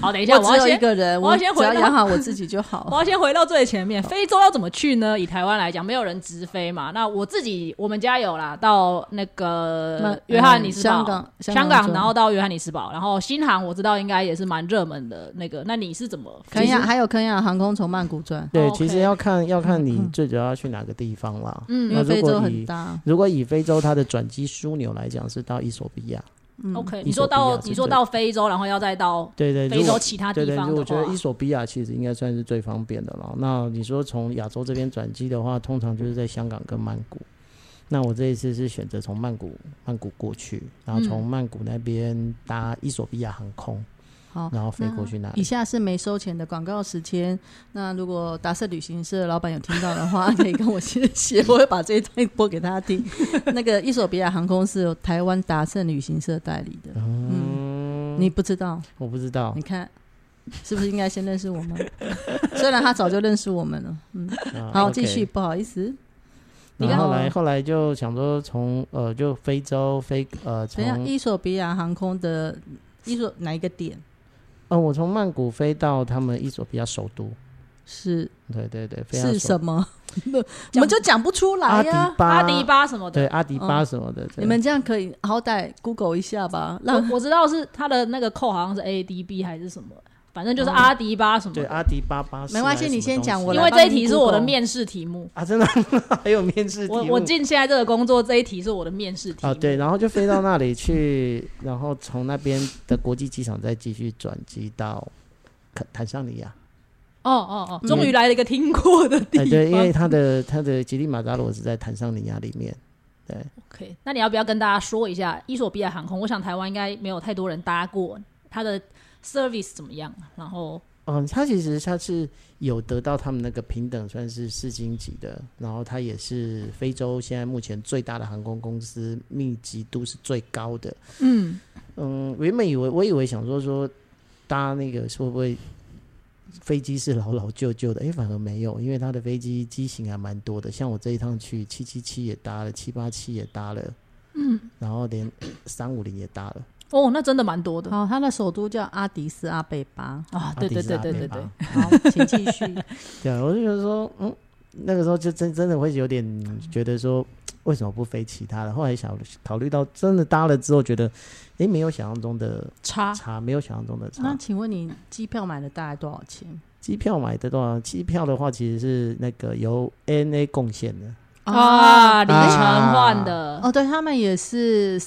Speaker 1: 好，等一下，我要
Speaker 2: 我只有一
Speaker 1: 先。
Speaker 2: 个人，
Speaker 1: 我要先
Speaker 2: 只
Speaker 1: 回
Speaker 2: 要
Speaker 1: 到
Speaker 2: 养好我自己
Speaker 1: (laughs)
Speaker 2: 就
Speaker 1: 我
Speaker 2: 好。 (laughs)
Speaker 1: 要先回到最前面，非洲要怎么去呢？以台湾来讲，没有人直飞嘛。那我自己，我们家有啦，到那
Speaker 2: 那
Speaker 1: 个
Speaker 2: 嗯
Speaker 1: 约翰尼斯堡、
Speaker 2: 香港香港
Speaker 1: 港
Speaker 2: 州
Speaker 1: 然后到约翰尼斯堡，然后新航我知道应该也是蛮热门的那个。那你是怎么？
Speaker 2: 肯亚还有肯亚航空从曼谷转，
Speaker 3: 对，
Speaker 1: OK
Speaker 3: 其实要看要看你最主要要去哪个地方啦。
Speaker 1: 嗯
Speaker 2: 嗯因为
Speaker 3: 那
Speaker 2: 非
Speaker 3: 如果
Speaker 2: 洲很
Speaker 3: 以
Speaker 2: 大。
Speaker 3: 如果以非洲它的转机枢纽来讲，是到伊索比亚。
Speaker 2: 嗯
Speaker 1: OK，
Speaker 3: 嗯
Speaker 1: 你说
Speaker 3: 伊索
Speaker 1: 到
Speaker 3: 比亚
Speaker 1: 你说到非洲，然后要再到
Speaker 3: 对对，
Speaker 1: 非
Speaker 3: 如
Speaker 1: 洲
Speaker 3: 果
Speaker 1: 其
Speaker 2: 啊
Speaker 1: 他
Speaker 3: 对
Speaker 1: 地
Speaker 3: 对，
Speaker 1: 方
Speaker 3: 就
Speaker 1: 的
Speaker 3: 我觉得
Speaker 1: 话，
Speaker 3: 伊索比亚其实应该算是最方便的了。那你说从亚洲这边转机的话，通常就是在香港跟曼谷。那我这一次是选择从曼谷曼谷过去，然后
Speaker 2: 嗯
Speaker 3: 从曼谷那边搭伊索比亚航空，
Speaker 2: 好，
Speaker 3: 然后飞过去那
Speaker 2: 以
Speaker 3: 里。
Speaker 2: 下是没收钱的广告时间。那如果达社旅行社老板有听到的话，可以跟我谢
Speaker 1: (laughs)
Speaker 2: 谢，我会把这一段播给他听。那个伊索比亚航空是由台湾达社旅行社代理的，
Speaker 3: 哦嗯，
Speaker 2: 你不知道？
Speaker 3: 我不知道
Speaker 2: 你看，是不是应该先认识我们？
Speaker 3: (laughs)
Speaker 2: 虽然他早就认识我们了。嗯，
Speaker 3: 啊
Speaker 2: 好，
Speaker 3: ，OK
Speaker 2: 继续，。不好意思，你
Speaker 3: 然后后
Speaker 2: 看
Speaker 3: 来后来就想说从呃就非洲飞呃
Speaker 2: 等一下，
Speaker 3: 从
Speaker 2: 伊索比亚航空的伊索哪一个点
Speaker 3: 呃我从曼谷飞到他们伊索比亚首都，
Speaker 2: 是
Speaker 3: 对对对，飞到
Speaker 2: 是
Speaker 3: 首
Speaker 2: 什 (laughs) 么？我们就讲不出来
Speaker 3: 阿迪
Speaker 2: 呀、
Speaker 3: 巴
Speaker 1: 阿迪巴什么的
Speaker 3: 对。阿迪
Speaker 2: 哦
Speaker 3: 巴什么的，对
Speaker 2: 你们这样可以好歹 Google 一下吧，让
Speaker 1: 我我知道是他的那个扣好像是 ADB 还是什么，反正就是阿迪巴什么
Speaker 3: 嗯对
Speaker 1: 的。
Speaker 3: 阿迪巴巴士
Speaker 2: 没关系
Speaker 3: 还是什么
Speaker 2: 你先讲
Speaker 3: 东西啊
Speaker 2: 我
Speaker 1: 因
Speaker 2: 来
Speaker 1: 为这一题是我
Speaker 2: 帮
Speaker 1: 的
Speaker 2: 你 Google
Speaker 1: 面试题目，
Speaker 3: 啊，真的 (laughs) 还有面试题
Speaker 1: 我
Speaker 3: 目
Speaker 1: 我进现在这个工作这一题是我的面试题目
Speaker 3: 啊对，然后就飞到那里去， (laughs) 然后从那边的国际机场再继续转机到坦坦桑尼亚。
Speaker 1: 哦哦哦，终于来了一个听过的地
Speaker 3: 嗯哎，
Speaker 1: 方。
Speaker 3: 对，因为它的它的吉利马扎罗是在坦桑尼亚里面。对，
Speaker 1: OK，那你要不要跟大家说一下伊索比亚航空？我想台湾应该没有太多人搭过，它的 service 怎么样？然后
Speaker 3: 嗯，他其实他是有得到他们那个平等，算是世星级的，然后他也是非洲现在目前最大的航空公司，密集度是最高的。
Speaker 1: 嗯，
Speaker 3: 嗯，我原本以为我以为想说说搭那个是会不会飞机是老老旧旧的，哎，反而没有，因为它的飞机机型还蛮多的，像我这一趟去七七七也搭了，七八七也搭了，嗯，然后连三五零也搭了。
Speaker 1: 哦，那真的蛮多的
Speaker 2: 好，它的首都叫阿迪斯阿贝 (laughs) 巴。
Speaker 1: 啊！
Speaker 3: 阿
Speaker 1: 对
Speaker 3: 迪
Speaker 1: 对
Speaker 3: 是
Speaker 1: 对
Speaker 3: 阿
Speaker 1: 对
Speaker 3: 贝
Speaker 1: 对
Speaker 3: 巴
Speaker 1: 对，
Speaker 2: 好，请继续。
Speaker 3: 对啊，我就觉得说，嗯，那个时候就真真的会有点觉得说，为什么不飞其他的？后来想考虑到真的搭了之后，觉得，诶，没有想象中的
Speaker 2: (laughs)
Speaker 1: 差
Speaker 3: 差，没有想象中的差
Speaker 2: 那。请问你机票买了大概多少钱？
Speaker 3: 机票买的多少？机票的话，其实是那个由 ANA 贡献的，
Speaker 1: 啊，里
Speaker 3: 啊
Speaker 1: 程换的
Speaker 2: 哦，对他们也是，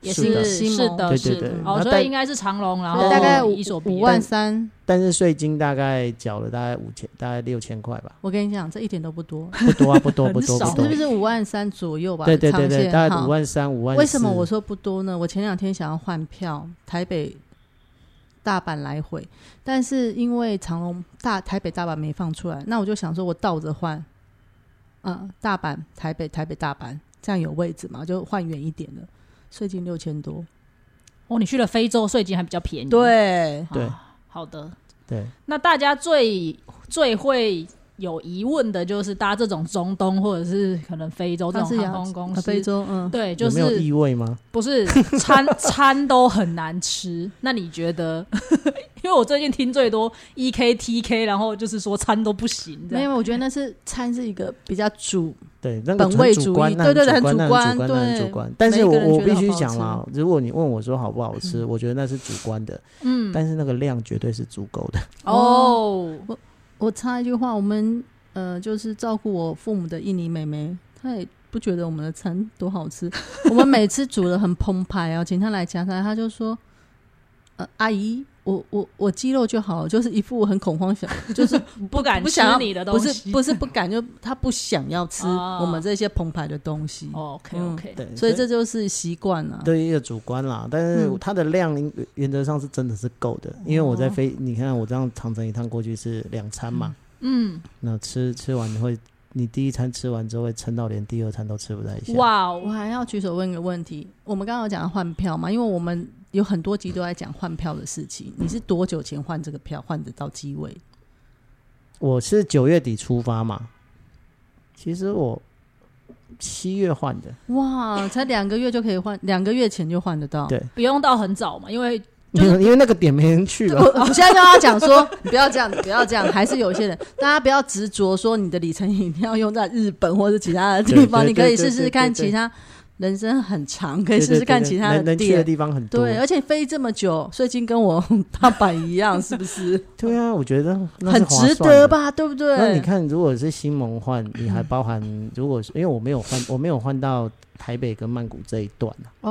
Speaker 1: 也
Speaker 3: 是的
Speaker 1: 是
Speaker 2: 西
Speaker 1: 是
Speaker 2: 蒙
Speaker 1: 的，
Speaker 3: 对
Speaker 1: 是
Speaker 3: 对对
Speaker 1: 的，哦，
Speaker 3: 那
Speaker 1: 所
Speaker 3: 但
Speaker 1: 以应该是长龙，然后
Speaker 2: 大概五
Speaker 1: 伊索比亚
Speaker 2: 五万三。
Speaker 3: 但是税金大概缴了大概五千，大概六千块吧，
Speaker 2: 我跟你讲，这一点都不多，
Speaker 3: 不多啊，不多，不
Speaker 1: (laughs)
Speaker 3: 多，
Speaker 1: 很少
Speaker 3: 不
Speaker 2: 是
Speaker 3: 多
Speaker 2: 不。是五万三左右吧？
Speaker 3: 对对对
Speaker 2: 长
Speaker 3: 对，
Speaker 2: 线
Speaker 3: 大概
Speaker 2: 好
Speaker 3: 五万三、五万四。
Speaker 2: 为什么我说不多呢？我前两天想要换票，台北、大阪来回，但是因为长隆大台北、大阪没放出来，那我就想说我倒着换，嗯，大阪、台北、台北、大阪，这样有位置嘛，就换远一点的，税金六千多，
Speaker 1: 哦，你去了非洲，税金还比较
Speaker 2: 嗯
Speaker 1: 便宜。
Speaker 2: 对，
Speaker 1: 啊
Speaker 3: 对
Speaker 1: 好的。
Speaker 3: 对？
Speaker 1: 那大家最最会有疑问的就是搭这种中东或者是可能非洲这
Speaker 2: 它是
Speaker 1: 种
Speaker 2: 亚
Speaker 1: 航空公
Speaker 2: 呃
Speaker 1: 司，
Speaker 2: 非洲，嗯，
Speaker 1: 对，就
Speaker 3: 有没有
Speaker 1: 是
Speaker 3: 异味吗？
Speaker 1: 不是餐 (laughs) 餐都很难吃。那你觉得？ (laughs) 因为我最近听最多 E K T K，然后就是说餐都不行，这
Speaker 2: 没
Speaker 1: 样
Speaker 2: 有，我觉得那是餐是一个比较主，
Speaker 3: 对，那个
Speaker 2: 本
Speaker 3: 很
Speaker 2: 位
Speaker 3: 主
Speaker 2: 主
Speaker 3: 观，
Speaker 2: 义
Speaker 3: 那
Speaker 2: 对对
Speaker 3: 很
Speaker 2: 对
Speaker 3: 主
Speaker 2: 很
Speaker 3: 观，
Speaker 2: 主
Speaker 3: 那
Speaker 2: 观
Speaker 3: 很
Speaker 2: 对
Speaker 3: 主观。但
Speaker 2: 每
Speaker 3: 是
Speaker 2: 一
Speaker 3: 我
Speaker 2: 个人
Speaker 3: 我
Speaker 2: 觉得
Speaker 3: 必须
Speaker 2: 好嗯不好
Speaker 3: 讲啦，如果你问我说好不好吃，我觉得那是主观的，
Speaker 1: 嗯
Speaker 3: 但是那个量绝对是足够
Speaker 2: (laughs)
Speaker 3: 的。
Speaker 1: 哦，
Speaker 2: 我插一句话，我们呃，就是照顾我父母的印尼妹妹，她也不觉得我们的餐多好吃。 (laughs) 我们每次煮的很澎湃啊，请她来夹菜，她就说：“呃，阿姨，我我我鸡肉就好了。”就是一副很恐慌想， (laughs) 就是
Speaker 1: 不敢
Speaker 2: 不
Speaker 1: 吃
Speaker 2: 想要
Speaker 1: 你的
Speaker 2: 不
Speaker 1: 东
Speaker 2: 是
Speaker 1: 西，
Speaker 2: 不是不敢，就她不想要吃
Speaker 1: 哦
Speaker 2: 我们这些澎湃的东西，
Speaker 1: OK OK，
Speaker 3: 嗯对，
Speaker 2: 所以这就是习惯啊了。
Speaker 3: 对一个主观啦，但是
Speaker 2: 嗯哦
Speaker 3: 它的量应原则上是真的是够的，因为我在飞，你看我这样长城一趟过去是两餐嘛，
Speaker 1: 嗯，
Speaker 3: 那吃吃完会你第一餐吃完之后会撑到连第二餐都吃不太下。
Speaker 1: 哇
Speaker 2: 我
Speaker 1: 哦，
Speaker 2: 还要举手问一个问题，我们刚刚有讲到换票嘛，因为我们有很多集都在讲换票的事情。你是多久前换这个票，换得到机位？
Speaker 3: 我是九月底出发嘛，其实我七月换的，
Speaker 2: 哇，才两个月就可以
Speaker 3: (laughs)
Speaker 2: 换，两个月前就换得到。
Speaker 3: 对
Speaker 1: 不用到很早嘛，因为就
Speaker 3: 因
Speaker 1: 是
Speaker 3: 为因为那个点没人去啊
Speaker 2: 我
Speaker 3: 了。
Speaker 2: 哦我现在就要讲
Speaker 3: (laughs)
Speaker 2: 说，不要这样，不要这样，还是有一些人，大家不要执着说你的里程一定要用在日本或者其他的地方，
Speaker 3: 对对
Speaker 2: 你可以
Speaker 3: 对
Speaker 2: 试
Speaker 3: 对
Speaker 2: 试
Speaker 3: 对
Speaker 2: 看
Speaker 3: 对
Speaker 2: 其他。人生很长，可
Speaker 3: 对
Speaker 2: 以
Speaker 3: 对
Speaker 2: 试试
Speaker 3: 对
Speaker 2: 看
Speaker 3: 对
Speaker 2: 其他
Speaker 3: 能能去的
Speaker 2: 店。
Speaker 3: 地方很多。
Speaker 2: 对，而且飞这么久，税金跟我大阪一样，是不是？
Speaker 3: 对啊，我觉得 (laughs) 那是
Speaker 2: 很
Speaker 3: 划
Speaker 2: 值
Speaker 3: 算的
Speaker 2: 得？吧？对不对？
Speaker 3: 那你看，如果是新盟换，你还
Speaker 2: (clears throat)
Speaker 3: 包含，如果是因为我没有换，我没有换到台北跟曼谷这一段啊，
Speaker 2: 哦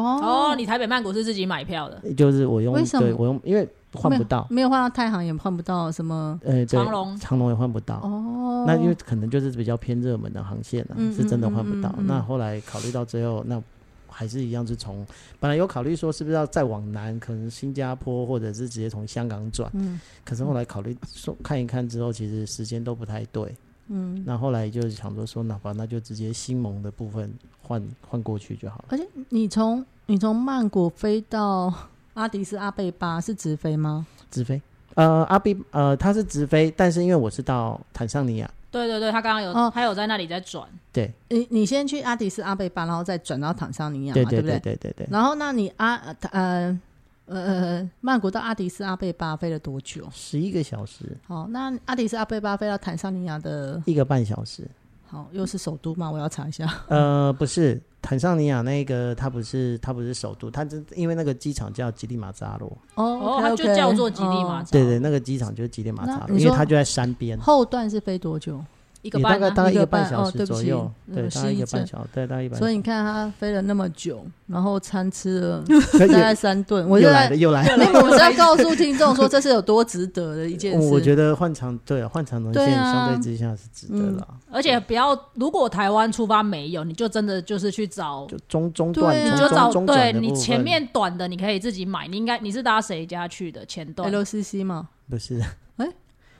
Speaker 1: 哦，你台北曼谷是自己买票的，
Speaker 3: 就是我用
Speaker 2: 为什么
Speaker 3: 对我用，因为换不到，
Speaker 2: 没有换到太行，也换不到什么
Speaker 3: 呃，对
Speaker 1: 长隆
Speaker 3: 长龙也换不到。
Speaker 2: 哦。
Speaker 3: 那因为可能就是比较偏热门的航线啊，
Speaker 2: 嗯
Speaker 3: 是真的换不到。
Speaker 2: 嗯嗯嗯嗯
Speaker 3: 那后来考虑到最后，那还是一样是从本来有考虑说是不是要再往南，可能新加坡或者是直接从香港转，
Speaker 2: 嗯
Speaker 3: 可是后来考虑说看一看之后，其实时间都不太对。
Speaker 2: 嗯，
Speaker 3: 那后来就是想着说，那吧，那就直接新盟的部分换换过去就好了。
Speaker 2: 而且你从你从曼谷飞到 (laughs) 阿迪斯阿贝巴是直飞吗？
Speaker 3: 直飞，呃，阿比，呃，他是直飞，但是因为我是到坦桑尼亚，
Speaker 1: 对对对，他刚刚有、
Speaker 2: 哦
Speaker 1: 他有在那里在转，
Speaker 3: 对，
Speaker 2: 你你先去阿迪斯阿贝巴，然后再转到坦桑尼亚嘛，
Speaker 3: 对
Speaker 2: 啊不
Speaker 3: 对对对对，
Speaker 2: 然后那你阿呃呃呃曼谷到阿迪斯阿贝巴飞了多久？
Speaker 3: 十一个小时，
Speaker 2: 好，那阿迪斯阿贝巴飞到坦桑尼亚的，
Speaker 3: 一个半小时。
Speaker 2: 好，又是首都吗？我要查一下。
Speaker 3: 呃，不是，坦桑尼亚那个它不是它不是首都，它这因为那个机场叫吉利马扎罗，
Speaker 1: 哦，
Speaker 2: 哦
Speaker 1: 他就叫做吉利
Speaker 2: 嘛。
Speaker 1: 马
Speaker 2: 哦
Speaker 1: 扎
Speaker 3: 对对，那个机场就是吉利马扎
Speaker 2: 那
Speaker 3: 罗，
Speaker 2: 你
Speaker 3: 因为
Speaker 2: 说
Speaker 3: 它就在山边，
Speaker 2: 后段是飞多久？
Speaker 1: 一个
Speaker 3: 也大
Speaker 1: 半、
Speaker 3: 概大
Speaker 1: 啊，
Speaker 3: 概一
Speaker 2: 一个
Speaker 3: 个
Speaker 2: 半
Speaker 3: 半小
Speaker 2: 哦对
Speaker 3: 时
Speaker 2: 不
Speaker 3: 左
Speaker 2: 起
Speaker 3: 右，对，
Speaker 2: 呃
Speaker 3: 大概
Speaker 2: 失忆
Speaker 3: 一个半
Speaker 2: 症
Speaker 3: 小时，对，大概一半小
Speaker 2: 所
Speaker 3: 时。
Speaker 2: 以你看他飞了那么久，然后餐吃了
Speaker 3: 可
Speaker 2: 大
Speaker 3: 以
Speaker 2: 概三顿，我就
Speaker 3: 又来
Speaker 2: 在
Speaker 3: 了，又来
Speaker 2: (laughs)
Speaker 3: 了。
Speaker 2: 没有，我是要告诉听众说这是有多值得的一件事。
Speaker 3: 我觉得换长对换长龙
Speaker 2: 对
Speaker 3: 线
Speaker 2: 啊
Speaker 3: 相对之下是值得
Speaker 2: 嗯
Speaker 3: 了，
Speaker 1: 而且不要，如果台湾出发没有，你就真的就是去找，
Speaker 3: 就中中
Speaker 2: 对
Speaker 3: 段
Speaker 2: 啊
Speaker 1: 你
Speaker 3: 从
Speaker 1: 就
Speaker 3: 中
Speaker 1: 找嗯
Speaker 3: 中
Speaker 1: 对
Speaker 3: 转的
Speaker 1: 你
Speaker 3: 部
Speaker 1: 前
Speaker 3: 分
Speaker 1: 面短的你可以自己买，你应该你是搭谁家去的前段？
Speaker 2: LCC 嘛，
Speaker 3: 不是，
Speaker 2: 哎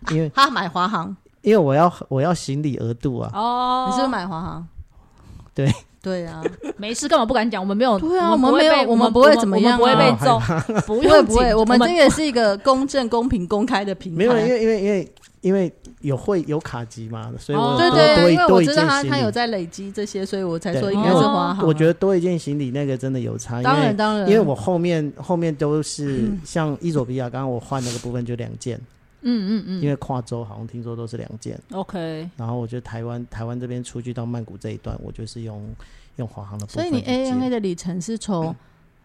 Speaker 3: 因为
Speaker 2: 他买华航，
Speaker 3: 因为我要我要行李额度啊，
Speaker 1: 哦，
Speaker 2: 你是不是买华航？
Speaker 3: 对
Speaker 2: 对啊，
Speaker 1: 没事，根本不敢讲，我们没有，
Speaker 2: 对啊
Speaker 1: 我们不
Speaker 2: 我们没有
Speaker 1: 会被
Speaker 2: 我们不
Speaker 1: 我
Speaker 2: 会
Speaker 1: 们
Speaker 2: 怎么样啊
Speaker 1: 我们不会被
Speaker 3: 哦
Speaker 1: 揍，不
Speaker 2: 不会
Speaker 1: 用
Speaker 2: 不会，
Speaker 1: 紧
Speaker 2: 我们这
Speaker 1: 们
Speaker 2: 个是一个公正、公平、公开的平台。
Speaker 3: 没有，因为因为因为因为有会有卡级嘛，所以我
Speaker 1: 哦
Speaker 2: 对
Speaker 3: 多多
Speaker 2: 对，
Speaker 3: 一
Speaker 2: 因为
Speaker 3: 多
Speaker 2: 我
Speaker 3: 一
Speaker 2: 知道
Speaker 3: 件
Speaker 2: 他
Speaker 3: 行
Speaker 2: 他有
Speaker 3: 李。
Speaker 2: 在累积这些，所以我才
Speaker 3: 对
Speaker 2: 说应
Speaker 1: 因
Speaker 2: 该
Speaker 1: 为
Speaker 2: 是
Speaker 1: 我
Speaker 2: 华航啊。啊
Speaker 3: 我觉得多一件行李那个真的有差，因
Speaker 2: 当然
Speaker 3: 为
Speaker 2: 当然，嗯
Speaker 3: 因为我后面后面都是像伊索比亚，刚刚我换那个部分就两件，
Speaker 1: 嗯嗯
Speaker 3: 因为跨州好像听说都是两件，
Speaker 1: 嗯，OK，
Speaker 3: 然后我觉得台湾台湾这边出去到曼谷这一段，我就是用用华航的部
Speaker 2: 所
Speaker 3: 分
Speaker 2: 以
Speaker 3: 去
Speaker 2: 你
Speaker 3: 接。
Speaker 2: ANA 的里程是从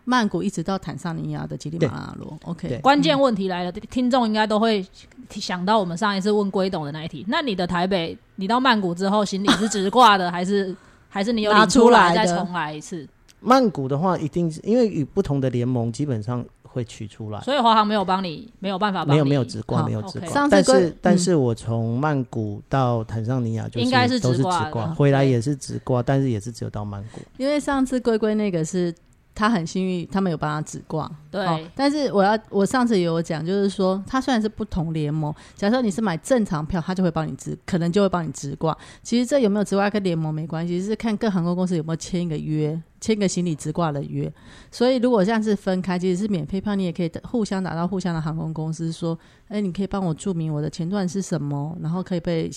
Speaker 2: 曼谷一直到坦桑尼亚的吉利
Speaker 3: 对
Speaker 2: 马拉罗。OK，
Speaker 3: 对
Speaker 1: 关键问题来了，听众应该都会想到我们上一次问龟董的那一题。那你的台北，你到曼谷之后，行李是直挂的，还是还是你有领
Speaker 2: 拿出
Speaker 1: 来
Speaker 2: 来
Speaker 1: 再
Speaker 2: 的
Speaker 1: 重来一次？
Speaker 3: 曼谷的话，一定是因为与不同的联盟基本上会取出来，
Speaker 1: 所以华航没有帮你，没有办法帮
Speaker 3: 没
Speaker 1: 你，
Speaker 3: 有没有直挂，
Speaker 2: 好
Speaker 3: 没有直
Speaker 1: OK
Speaker 3: 挂。
Speaker 2: 上次
Speaker 3: 但
Speaker 2: 归
Speaker 3: 是但
Speaker 2: 嗯
Speaker 3: 是我从曼谷到坦桑尼亚就
Speaker 1: 应该是
Speaker 3: 是都
Speaker 1: 直挂
Speaker 3: 直
Speaker 1: 的
Speaker 3: 挂，
Speaker 1: 嗯
Speaker 3: 回来
Speaker 1: 对
Speaker 3: 也是直挂，但是也是只有到曼谷。
Speaker 2: 因为上次龟龟那个是他很幸运，他们有帮他止挂。好
Speaker 1: 对，
Speaker 2: 但是我要我上次也有讲，就是说它虽然是不同联盟，假设你是买正常票，它就会帮你直，可能就会帮你直挂。其实这有没有直挂跟联盟没关系，是看各航空公司有没有签一个约，签一个行李直挂的约。所以如果像是分开，其实是免费票，你也可以互相打到互相的航空公司说，哎，你可以帮我注明我的前段是什么，然后可以被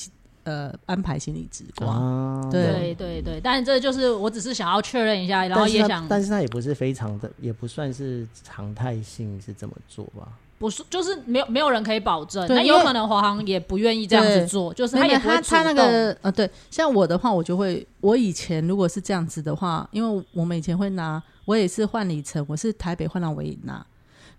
Speaker 2: 呃安排行李直挂。
Speaker 3: 啊，
Speaker 2: 对
Speaker 1: 对对对，但这就是我只是想要确认一下，然后
Speaker 3: 但是
Speaker 1: 也
Speaker 3: 它
Speaker 1: 想
Speaker 3: 但是它也不是非常的，也不算是常态性是这么做吧？
Speaker 1: 不是就是没有没有人可以保证，
Speaker 2: 对
Speaker 1: 那
Speaker 2: 因
Speaker 1: 有
Speaker 2: 为
Speaker 1: 可能华航也不愿意这样子做，就是
Speaker 2: 没
Speaker 1: 也
Speaker 2: 有
Speaker 1: 不会
Speaker 2: 他
Speaker 1: 主动
Speaker 2: 他那个呃，对，像我的话，我就会，我以前如果是这样子的话，因为我们以前会拿，我也是换里程，我是台北换到维也纳，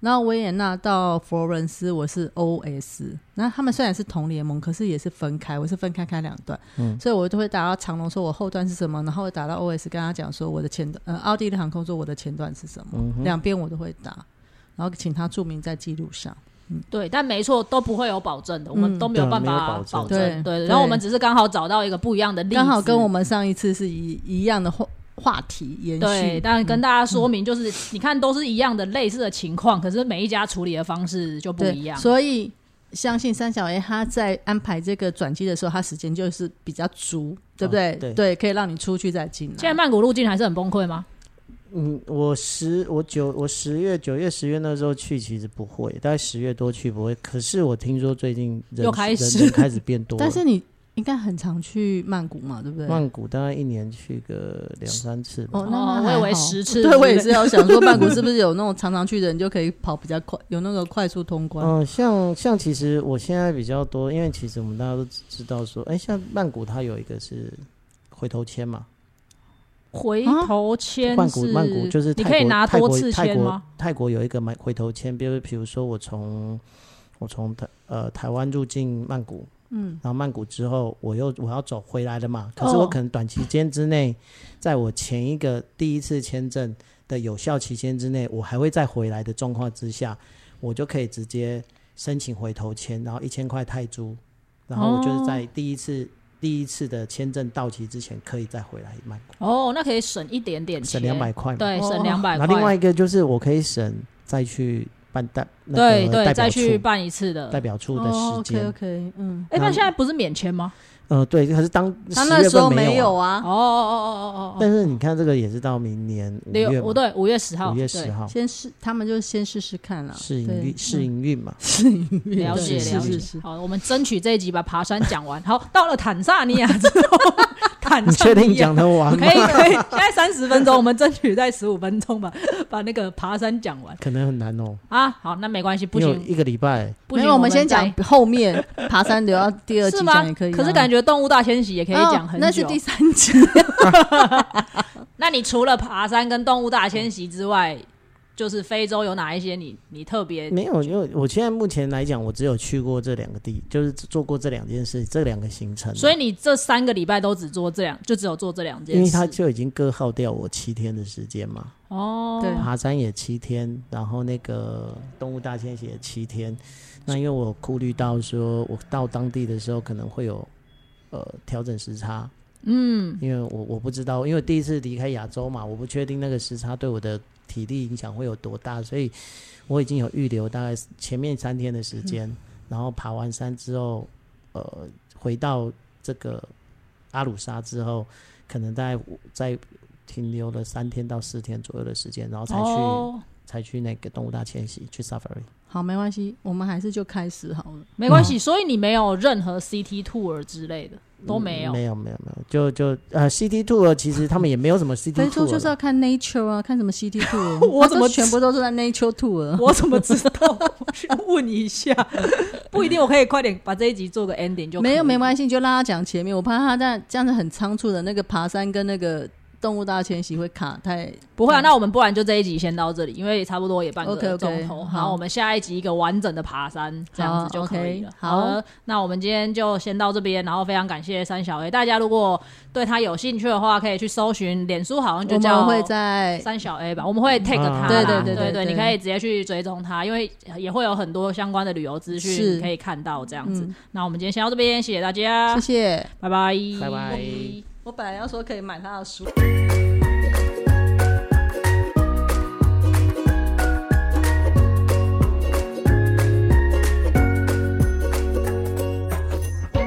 Speaker 2: 然后维也纳到佛罗伦斯，我是 OS，那他们虽然是同联盟，可是也是分开，我是分开开两段，
Speaker 3: 嗯
Speaker 2: 所以我就会打到长龙说我后段是什么，然后我打到 OS 跟他讲说我的前段，呃，奥地利航空说我的前段是什么，
Speaker 3: 嗯哼，
Speaker 2: 两边我都会打，然后请他注明在记录上。
Speaker 1: 对，但没错都不会有保证的，我们
Speaker 2: 嗯
Speaker 1: 都没有
Speaker 3: 对
Speaker 1: 办
Speaker 3: 没有
Speaker 1: 法
Speaker 3: 保证
Speaker 1: 证。对，
Speaker 2: 对对
Speaker 1: 然后我们只是刚好找到一个不一样的例子，
Speaker 2: 刚好跟我们上一次是一一样的话话题延续。
Speaker 1: 对，但跟大家说明就是，你看都是一样的类似的情况，可是每一家处理的方式就不
Speaker 2: 嗯对
Speaker 1: 一样。
Speaker 2: 所以相信三小 A 他在安排这个转机的时候，他时间就是比较足，对不对？
Speaker 3: 哦对
Speaker 2: 可以让你出去再进
Speaker 1: 现在
Speaker 2: 来。
Speaker 1: 曼谷路径还是很崩溃
Speaker 2: 啊
Speaker 1: 吗？
Speaker 3: 嗯，我十我九我十月九月十月那时候去其实不会，大概十月多去不会。可是我听说最近人
Speaker 1: 又开始
Speaker 3: 人人开始变多
Speaker 2: (laughs)
Speaker 3: 了，
Speaker 2: 但是你应该很常去曼谷嘛，对不对？
Speaker 3: 曼谷大概一年去个两三次吧。
Speaker 2: 哦，那
Speaker 1: 哦我
Speaker 2: 那
Speaker 1: 以
Speaker 2: 还
Speaker 1: 为
Speaker 2: 好
Speaker 1: 十次
Speaker 2: 对我也
Speaker 1: 之
Speaker 2: 是要想说曼谷是不是有那种常常去的人就可以跑比较快，有那个快速通关。
Speaker 3: 嗯，像像其实我现在比较多，因为其实我们大家都知道说，哎，像曼谷它有一个是回头签嘛，
Speaker 1: 回
Speaker 2: 啊
Speaker 1: 头签
Speaker 3: 曼谷
Speaker 1: 是
Speaker 3: 曼谷就是
Speaker 1: 你
Speaker 3: 泰
Speaker 1: 可以
Speaker 3: 国
Speaker 1: 拿
Speaker 3: 泰
Speaker 1: 多
Speaker 3: 国
Speaker 1: 次
Speaker 3: 泰
Speaker 1: 签
Speaker 3: 国
Speaker 1: 吗？
Speaker 3: 泰国有一个买回头签，比如比如说我从我从台呃台湾入境曼谷，
Speaker 2: 嗯，
Speaker 3: 然后曼谷之后，我又我要走回来了嘛，可是我
Speaker 1: 哦
Speaker 3: 可能短期间之内，在我前一个第一次签证的有效期间之内，我还会再回来的状况之下，我就可以直接申请回头签，然后一千块泰铢，然后我
Speaker 1: 哦
Speaker 3: 就是在第一次、第一次的签证到期之前，可以再回来曼谷，
Speaker 1: 哦，那可以省一点点
Speaker 3: 省
Speaker 1: 钱，
Speaker 3: 两百块嘛。
Speaker 1: 对，
Speaker 2: 哦
Speaker 1: 省两百
Speaker 3: 然后
Speaker 1: 块。
Speaker 3: 另外一个就是我可以省再去办代那
Speaker 1: 对
Speaker 3: 个代
Speaker 1: 对，
Speaker 3: 表
Speaker 1: 再去
Speaker 3: 处
Speaker 1: 办一次的。
Speaker 3: 代表处的
Speaker 2: 哦
Speaker 3: 时间。
Speaker 2: ，OK OK，嗯，
Speaker 1: 哎，
Speaker 3: 那
Speaker 1: 那现在不是免签吗？
Speaker 3: 呃，对，可是当
Speaker 2: 他
Speaker 3: 10
Speaker 2: 那
Speaker 3: 月
Speaker 2: 时候
Speaker 3: 份
Speaker 2: 没
Speaker 3: 没啊
Speaker 2: 有
Speaker 1: 哦
Speaker 2: 啊，
Speaker 1: 哦哦哦哦哦
Speaker 3: 但是你看，这个也是到明年五
Speaker 1: 六
Speaker 3: 月
Speaker 1: 哦，
Speaker 3: 嘛，
Speaker 1: 对，五月十号，
Speaker 3: 五月
Speaker 1: 对嗯
Speaker 3: 十号
Speaker 2: 先试，他们就先试试看啦。
Speaker 3: 试营
Speaker 2: 对
Speaker 3: 运试营
Speaker 1: (laughs)
Speaker 3: 运嘛。
Speaker 2: 对
Speaker 1: 了解
Speaker 2: 是
Speaker 1: 了
Speaker 2: 是
Speaker 1: 解
Speaker 2: 是。
Speaker 1: 好，我们争取这一集把爬山讲完。好，到了坦萨尼亚之后，坦
Speaker 3: 你
Speaker 1: 萨
Speaker 3: 确定
Speaker 1: 尼亚
Speaker 3: 讲
Speaker 1: (laughs)
Speaker 3: 得完
Speaker 1: 可
Speaker 3: 吗？
Speaker 1: 以可以，现在三十分钟，我们争取在十五分钟吧，把那个爬山讲完
Speaker 3: 可能很难哦，
Speaker 1: 啊。好，那没关系，不
Speaker 3: 你有
Speaker 1: 行
Speaker 3: 一个礼拜，
Speaker 1: 不
Speaker 2: 没
Speaker 1: 行，
Speaker 2: 有，我们先
Speaker 1: 再
Speaker 2: 讲后面爬山留到第二集
Speaker 1: (laughs) 是吗
Speaker 2: 讲也可以啊。？
Speaker 1: 可是感觉动物大迁徙也可以讲
Speaker 2: 哦
Speaker 1: 很久。啊
Speaker 2: 那是第三集。 (laughs)
Speaker 1: 那你除了爬山跟动物大迁徙之外，就是非洲有哪一些你你特别
Speaker 3: 没有，因为我现在目前来讲，我只有去过这两个地，就是做过这两件事，这两个行程啊，
Speaker 1: 所以你这三个礼拜都只做这两，就只有做这两件事。
Speaker 3: 因为它就已经割耗掉我七天的时间嘛，
Speaker 1: 哦，
Speaker 2: 对
Speaker 3: 爬山也七天，然后那个动物大迁徙也七天。那因为我顾虑到说，我到当地的时候可能会有呃调整时差，嗯，因为我我不知道，因为第一次离开亚洲嘛，我不确定那个时差对我的体力影响会有多大，所以我已经有预留大概前面三天的时间，然后爬完山之后，呃，回到这个阿鲁沙之后，可能大概在停留了三天到四天左右的时间，然后才去、
Speaker 1: 哦，
Speaker 3: 才去那个动物大迁徙去 safari。
Speaker 2: 好，没关系，我们还是就开始好了。
Speaker 1: 没关系。所以你没有任何 CT tour 之类的都没有。
Speaker 3: 嗯没有没有没有，就就呃 CT tour 其实他们也没有什么 CT
Speaker 2: 非洲
Speaker 3: tour，
Speaker 2: 就是要
Speaker 3: 了
Speaker 2: 看 Nature 啊，看什么 CT
Speaker 1: (laughs)
Speaker 2: tour，
Speaker 1: 我
Speaker 2: 它
Speaker 1: 怎么
Speaker 2: 都全部都是在 Nature tour？
Speaker 1: 我怎么知道？我去问一下，不一定。我可以快点把这一集做个 ending 就可以
Speaker 2: 没有没关系，你就让他讲前面。我怕他这样这样子很仓促的那个爬山跟那个动物大迁徙会卡太。
Speaker 1: 不会啊，那我们不然就这一集先到这里，因为差不多也半个
Speaker 2: OK，OK，
Speaker 1: 钟头。
Speaker 2: 好
Speaker 1: 然后我们下一集一个完整的爬山，这样子就可以了。
Speaker 2: 好，OK，
Speaker 1: 好的，那我们今天就先到这边，然后非常感谢三小 A，大家如果对他有兴趣的话，可以去搜寻脸书，好像就
Speaker 2: 我们
Speaker 1: 叫
Speaker 2: 会在
Speaker 1: 三小 A 吧，我们会 tag 他啦，
Speaker 3: 啊对
Speaker 1: 对
Speaker 3: 对
Speaker 1: 对
Speaker 3: 对
Speaker 1: 对
Speaker 2: 对
Speaker 1: 你
Speaker 2: 对
Speaker 1: 可以直接去追踪他，因为也会有很多相关的旅游资
Speaker 2: 是
Speaker 1: 讯可以看到这样子。
Speaker 2: 嗯
Speaker 1: 那我们今天先到这边，谢谢大家
Speaker 2: 谢，谢。
Speaker 1: 拜拜，
Speaker 3: 拜拜
Speaker 2: 我本来要说可以买他的书。
Speaker 1: 拜拜